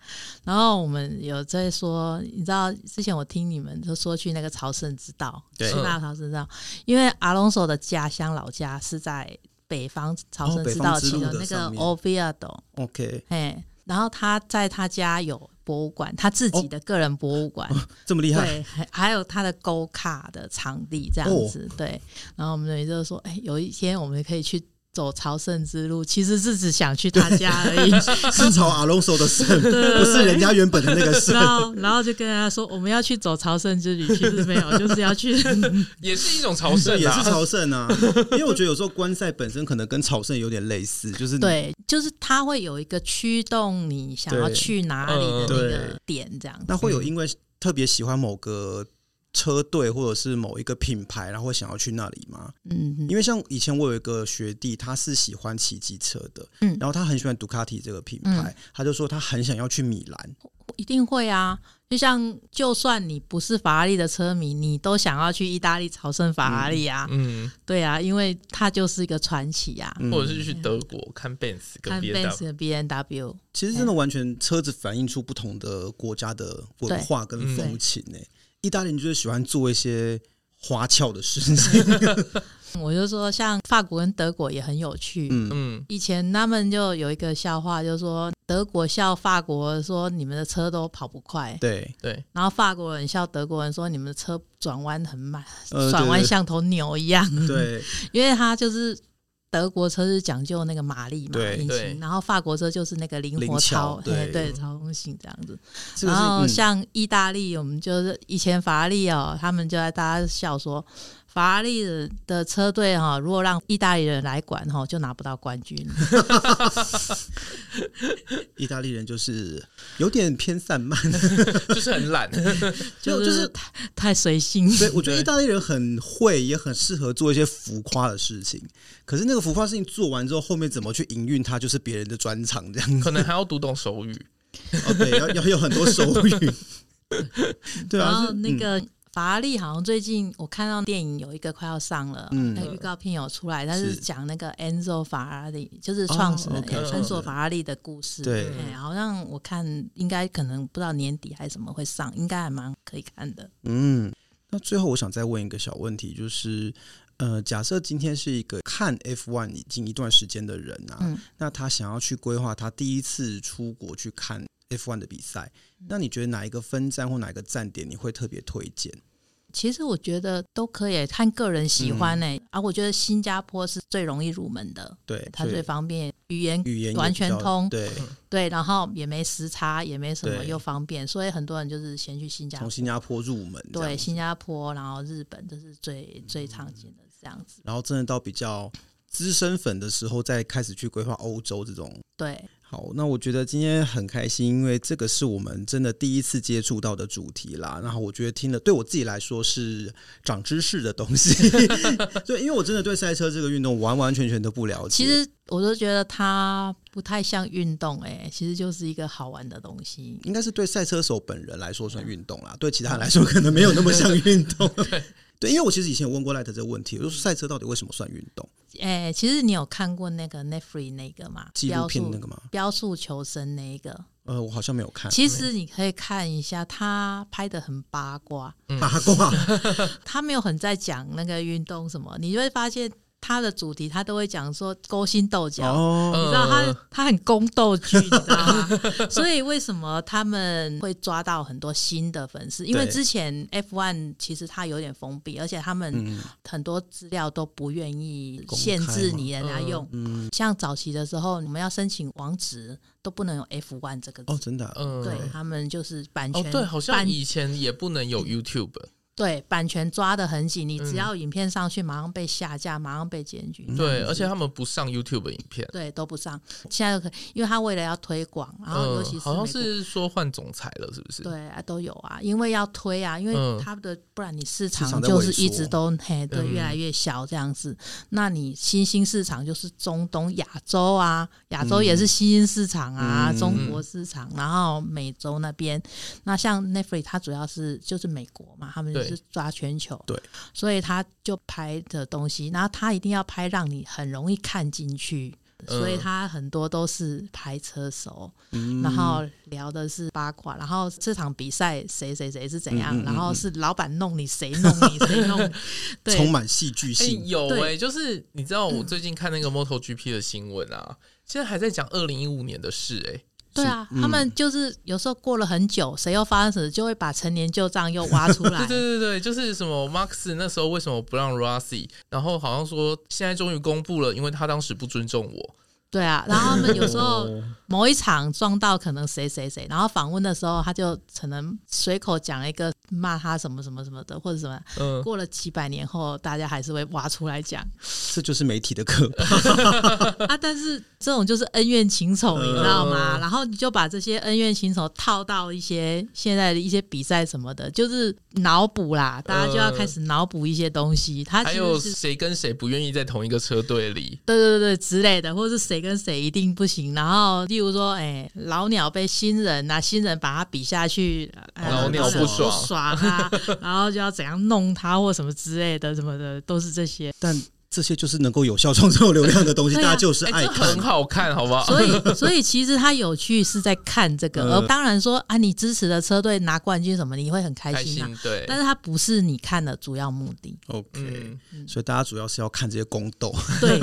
S3: 然后我们有在说，你知道之前我听你们就说去那个朝圣之道，
S2: 对
S3: 希腊朝圣之道，因为阿隆索的家乡老家是在北方朝圣之道
S2: 哦北方之
S3: 其
S2: 路的
S3: 中那个
S2: 上面
S3: Oviedo，
S2: OK，
S3: 哎，然后他在他家有博物馆，他自己的个人博物馆，
S2: 这么厉害，
S3: 对，还还有他的勾卡的场地这样
S2: 哦
S3: 子，对。然后我们也就是说，哎、有一天我们可以去走朝圣之路，其实是只想去他家而已。
S2: 是朝阿隆索的圣，不是人家原本的那个圣。
S3: 然后，然后就跟他说，我们要去走朝圣之旅，其实没有，就是要 去。
S1: 也是一种朝
S2: 这
S1: 圣、啊，
S2: 也是朝圣啊，因为我觉得有时候观赛本身可能跟朝圣有点类似，就是你，
S3: 对，就是他会有一个驱动你想要
S2: 对
S3: 去哪里的那
S2: 嗯
S3: 个点，这样子。
S2: 那会有因为特别喜欢某个车队或者是某一个品牌，然后会想要去那里吗？
S3: 嗯，嗯
S2: 因为像以前我有一个学弟，他是喜欢骑机车的，
S3: 嗯
S2: 然后他很喜欢杜卡迪这个品牌，他就说他很想要去米兰，
S3: 一定会啊。就像，就算你不是法拉利的车迷，你都想要去意大利朝圣法拉利啊。
S1: 嗯，
S3: 对啊，因为它就是一个传奇啊。
S2: 嗯
S1: 或者是去德国看 Benz 跟
S3: 看
S1: B
S3: Benz
S1: W，
S3: 的 B N W，
S2: 其实真的完全车子反映出不同的国家的文化跟风情呢、
S3: 嗯
S2: 意大利人就是喜欢做一些花俏的事 情，
S3: 我就说像法国跟德国也很有趣。
S2: 嗯，
S1: 嗯，
S3: 以前他们就有一个笑话，就是说德国笑法国说你们的车都跑不快，
S2: 对，
S1: 对，
S3: 然后法国人笑德国人说你们的车转弯很慢，
S2: 呃
S3: 转弯
S2: 对
S3: 像头牛一样。
S2: 对，
S3: 因为它就是德国车是讲究那个马力嘛，
S2: 对
S3: 引
S1: 对
S3: 擎，然后法国车就是那个灵
S2: 灵
S3: 活
S2: 巧
S3: 操，
S2: 对
S3: 嘿对，操控性这样子。
S2: 这个
S3: 然
S2: 是、
S3: 后
S2: 嗯、
S3: 像意大利，我们就是以前法拉利哦，他们就在大家笑说，法拉利的的车队哈、如果让意大利人来管哈、就拿不到冠军。
S2: 意大利人就是有点偏散 漫，
S1: 就是很懒，
S3: 就
S2: 就是就是
S3: 太太随性。
S2: 对，我觉得意大利人很会，也很适合做一些浮夸的事情。可是那个浮夸事情做完之后，后面怎么去营运它，就是别人的专长这样子。
S1: 可能还要读懂手语。
S2: 哦，对，要要有很多手 语。对
S3: 然
S2: 啊，
S3: 后
S2: 是
S3: 那、个法拉利好像最近我看到电影有一个快要上了，哎
S2: 嗯
S3: 那个预告片有出来，但
S2: 是
S3: 是讲那个 Enzo 法拉利，就是创始人
S2: 哦，OK，
S3: 恩索
S2: 嗯
S3: 法拉利的故事。
S2: 对
S3: 哎好像我看应该可能不知道年底还是什么会上，应该还蛮可以看的。
S2: 嗯，嗯，那最后我想再问一个小问题，就是。呃，假设今天是一个看 F1 已经一段时间的人啊，
S3: 嗯
S2: 那他想要去规划他第一次出国去看 F1 的比赛，
S3: 嗯
S2: 那你觉得哪一个分站或哪一个站点你会特别推荐？
S3: 其实我觉得都可以，看个人喜欢呢、啊，我觉得新加坡是最容易入门的，
S2: 嗯对，
S3: 它
S2: 所以
S3: 最方便，语言
S2: 语言也
S3: 完
S2: 比
S3: 全
S2: 较
S3: 通
S2: 对，
S3: 对，然后也没时差，也没什么，
S2: 对
S3: 又方便，所以很多人就是先去新加
S2: 从
S3: 坡，
S2: 新加坡入门，
S3: 对，，新加坡，然后日本，这是
S2: 嗯
S3: 最最常见的这样子。
S2: 然后真的到比较资深粉的时候，再开始去规划欧洲这种。
S3: 对，
S2: 好，那我觉得今天很开心，因为这个是我们真的第一次接触到的主题啦。然后我觉得听了对我自己来说是长知识的东 西， 对，因为我真的对赛车这个运动完完全全都不了解。
S3: 其实我都觉得它不太像运动、欸，哎，其实就是一个好玩的东西。
S2: 应该是对赛车手本人来说算运动啦，对其
S3: 嗯
S2: 他人来说可能没有那么像运 动。 对，因为我其实以前有问过赖特这个问题，我就说赛车到底为什么算运动？
S3: 哎、其实你有看过那个 Netflix 那个吗？
S2: 纪录片那
S3: 个
S2: 个吗？
S3: 标速求生那一个，
S2: 呃，我好像没有看。
S3: 其实你可以看一下，他拍的很八卦，
S2: 八卦，
S3: 他没有很在讲那个运动什么，你就会发现他的主题他都会讲说勾心斗角。
S2: 哦，
S3: 你知道他
S1: 嗯
S3: 他很宫斗剧，你知道吗？所以为什么他们会抓到很多新的粉丝？因为
S2: 对
S3: 之前 F1 其实它有点封闭，而且他们
S2: 嗯
S3: 很多资料都不愿意
S2: 公开
S3: 限制
S2: 嘛
S3: 你人家
S1: 嗯
S3: 用。
S2: 嗯，
S3: 像早期的时候，你们要申请网址都不能有 F1 这个字
S2: 哦，真的啊、
S1: 嗯，
S3: 对他们就是版
S1: 哦
S3: 权，，
S1: 对，好像
S3: 版嗯
S1: 以前也不能有 YouTube，
S3: 对版权抓得很紧，你只要影片上去，马上被下架，马上被检举。
S1: 嗯对，而且
S3: 嗯
S1: 他们不上 YouTube 的影片，
S3: 对，都不上，现在就可以，因为他为了要推广，然后哦尤
S1: 嗯
S3: 其，是
S1: 好像
S3: 美国
S1: 是说换总裁了，是不哎是？
S3: 对啊，都有啊，因为要推啊，因
S1: 嗯
S3: 为它的、不然你市
S2: 场
S3: 场
S2: 在
S3: 就
S2: 萎
S3: 是一
S2: 缩
S3: 直都嘿对
S1: 嗯
S3: 越来越小这样子。那你新兴市场就是中东、亚洲啊，亚洲也是新兴市场啊，
S2: 嗯
S3: 中国市场，然后美洲那边。那像 Netflix 它主要是就是美国嘛，他们就
S1: 对
S3: 是抓全球，
S2: 对，
S3: 所以他就拍的东西，然后他一定要拍让你很容易看进去。所以
S1: 嗯
S3: 他很多都是拍车手，
S2: 嗯
S3: 然后聊的是八卦，然后这场比赛谁谁谁是怎样，
S2: 嗯嗯嗯
S3: 然后是老板弄你，谁弄你，谁 弄你，
S2: 充
S3: 对
S2: 满戏剧
S1: 哎、
S2: 性，
S1: 有哎、
S3: 对嗯
S1: 就是你知道我最近看那个 MotoGP 的新闻啊，现在还在讲二零一五年的事哎、
S3: 对啊，
S2: 嗯
S3: 他们就是有时候过了很久，谁又发生什么，就会把陈年旧账又挖出来
S1: 对。对对对，就是什么 Max 那时候为什么不让 Rossi，然后好像说现在终于公布了，因为他当时不尊重我。
S3: 对啊，然后他们有时候
S1: 哦
S3: 某一场撞到可能谁谁谁，然后访问的时候他就可能随口讲一个骂他什么什么什么的，或者什么，
S1: 嗯，
S3: 过了几百年后大家还是会挖出来讲。
S2: 这就是媒体的可怕。
S3: 啊，但是这种就是恩怨情仇，你知道吗？
S1: 嗯
S3: 然后你就把这些恩怨情仇套到一些现在的一些比赛什么的，就是脑补啦，大家就要开始脑补一些东西。他
S1: 嗯还
S3: 其
S1: 有
S3: 实是
S1: 谁跟谁不愿意在同一个车队里？
S3: 对对对对之类的，或者是谁跟谁一定不行。然后例如说，哎、老鸟被新人啊，新人把他比下去，呃
S1: 老
S2: 鸟不
S3: 不
S1: 爽
S3: 爽啊， 然后就要怎样弄他或什么之类的，什么的都是这些。
S2: 但这些就是能够有效创造流量的东西，
S3: 对啊
S2: 大家就是
S1: 哎、
S2: 爱
S1: 这
S2: 看
S1: 很。好看，好不好？
S3: 所以，所以其实它有趣是在看这个，
S2: 嗯
S3: 而当然说啊，你支持的车队拿冠军什么，你会很开
S1: 开
S3: 心啊。
S1: 心对，
S3: 但是它不是你看的主要目的，
S2: OK，
S1: 嗯，
S2: 所以大家主要是要看这些宫斗，
S3: 对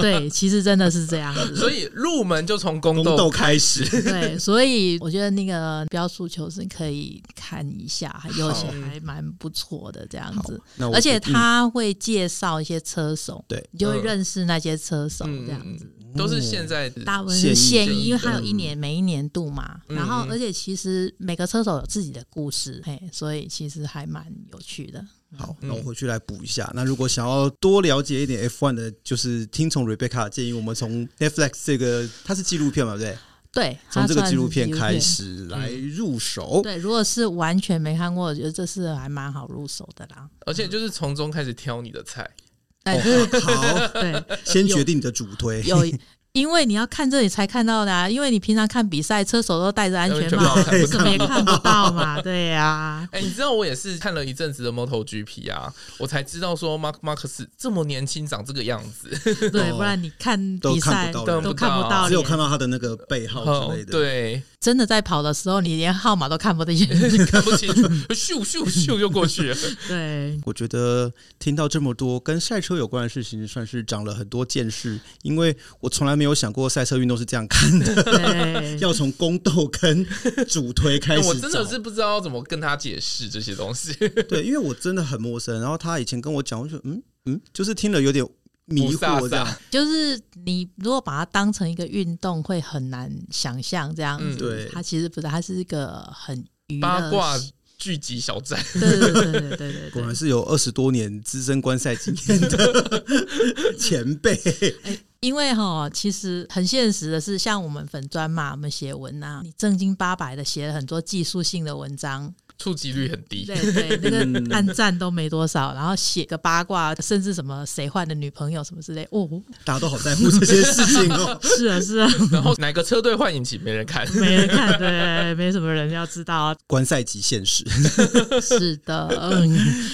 S3: 对，其实真的是这 样子。
S1: 所以入门就从宫
S2: 宫
S1: 斗
S2: 斗开 始。
S3: 对，所以我觉得那个《标速求生》可以看一下，有些还蛮不错的这样子，
S2: 那我
S3: 而且
S2: 就嗯
S3: 他会介绍一些车手，
S2: 对
S3: 你就会
S1: 嗯
S3: 认识那些车手
S1: 嗯
S3: 这样子。
S1: 都是现在的
S3: 大部分是
S2: 现
S3: 现
S2: 役嗯
S3: 役，因为它有
S2: 的
S3: 一年每一年度嘛。
S1: 嗯
S3: 然后
S1: 嗯，
S3: 而且其实每个车手有自己的故事，嘿，所以其实还蛮有趣的。
S2: 好，
S3: 嗯
S2: 那我回去来补一下。那如果想要多了解一点 F1 的，就是听从 Rebecca 的建议，我们从 Netflix 这个它是纪录片嘛，对不对？
S3: 对，
S2: 从
S3: 它
S2: 这个
S3: 算
S2: 纪
S3: 是
S2: 录片开。始来入手。
S3: 对，如果是完全没看过，我觉得这是还蛮好入手的啦。
S1: 而且就是从中开始挑你的菜。
S3: 哎，
S2: 哦， 好，
S3: 对，
S2: 先决定你的主推。
S3: 有，因为你要看这里才看到的、啊，因为你平常看比赛，车手都戴着安全帽，
S1: 安全帽
S3: 什么也看不到嘛。对呀、 啊，
S1: 哎、你知道我也是看了一阵子的 MotoGP 啊，我才知道说 Mark Marcus 这么年轻长这个样子，
S3: 对，
S2: 哦
S3: 不然你看
S2: 都
S3: 比
S2: 看
S3: 赛
S2: 不到
S1: 人
S3: 都看不到脸，
S2: 只有看到他的那个背号哦之类的。，
S1: 哦对，
S3: 真的在跑的时候，你连号码都看不见。
S1: 看不清楚， 咻咻咻就过去了。
S3: 对，
S2: 我觉得听到这么多跟赛车有关的事情，算是长了很多见识。因为我从来没有想过赛车运动是这样看的，
S3: 对，
S2: 要从宫斗跟主推开始。
S1: 嗯 哎我真的是不知道怎么跟他解释这些东西，
S2: 对，因为我真的很陌生。然后他以前跟我讲，我就嗯嗯，就是听了有点 迷惑这样。
S3: 就是你如果把它当成一个运动，会很难想象这样
S1: 嗯
S3: 子。
S2: 对
S3: 它其实不是，它是一个很娱乐
S1: 八卦聚集小站，
S3: 对对对对对对对
S2: 果然
S3: 对。
S2: 是有二十多年资深观赛经验的前辈。
S3: 因为哈，其实很现实的是，像我们粉专嘛，我们写文啊，你正经八百的写了很多技术性的文章，
S1: 触及率很低。
S3: 对对，那
S1: 嗯
S3: 个按赞都没多少，然后写个八卦，甚至什么谁换的女朋友什么之类， 哦，
S2: 大家都好在乎这些事情哦。
S3: 是啊是啊，
S1: 然后哪个车队换引擎没人看，
S3: 没人看，对，没什么人要知 道啊，
S2: 观赛级现实。
S3: 是的，嗯，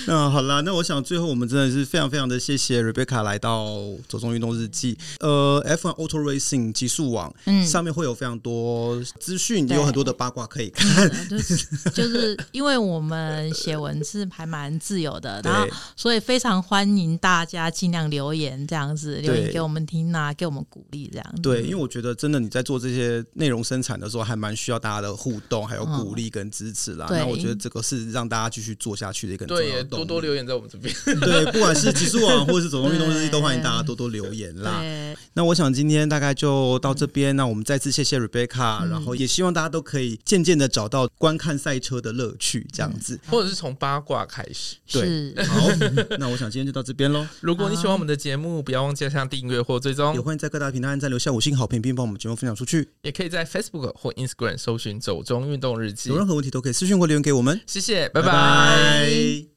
S2: 那好啦，那我想最后我们真的是非常非常的谢谢 Rebecca 来到《走中运动日记》。呃，F1 Auto Racing 极速网、
S3: 嗯
S2: 上面会有非常多资讯，
S3: 对嗯
S2: 有很多的八卦可以看。
S3: 就是就是因为我们写文字还蛮自由的，然后
S2: 对
S3: 所以非常欢迎大家尽量留言这样子，留言给我们听啊，给我们鼓励这样子。
S2: 对，因为我觉得真的你在做这些内容生产的时候，还蛮需要大家的互动，还有鼓励跟支持啦。
S3: 嗯对
S2: 那我觉得这个是让大家继续做下去的一个很重
S1: 对
S2: 要
S1: 耶，
S2: 的
S1: 多多留言在我们这边。
S2: 言。对，不管是极速网或者是走中运动 日记，都欢迎大家多多留言啦。
S3: 对，
S2: 那我想今天大概就到这边，那我们再次谢谢 Rebecca，、然后也希望大家都可以渐渐的找到观看赛车的乐趣这样子。
S1: 或者是从八卦开始。
S2: 对
S3: 是，
S2: 好，那我想今天就到这边喽。
S1: 如果你喜欢我们的节目，不要忘记按下订阅或追
S2: 也
S1: 踪，
S2: 欢迎在各大平台按赞、留下五星好评，并帮我们节目分享出去。
S1: 也可以在 Facebook 或 Instagram 搜寻“走中运动日记
S2: 有”。任何问题都可以私信或留言给我们。
S1: 谢谢，拜拜
S2: 拜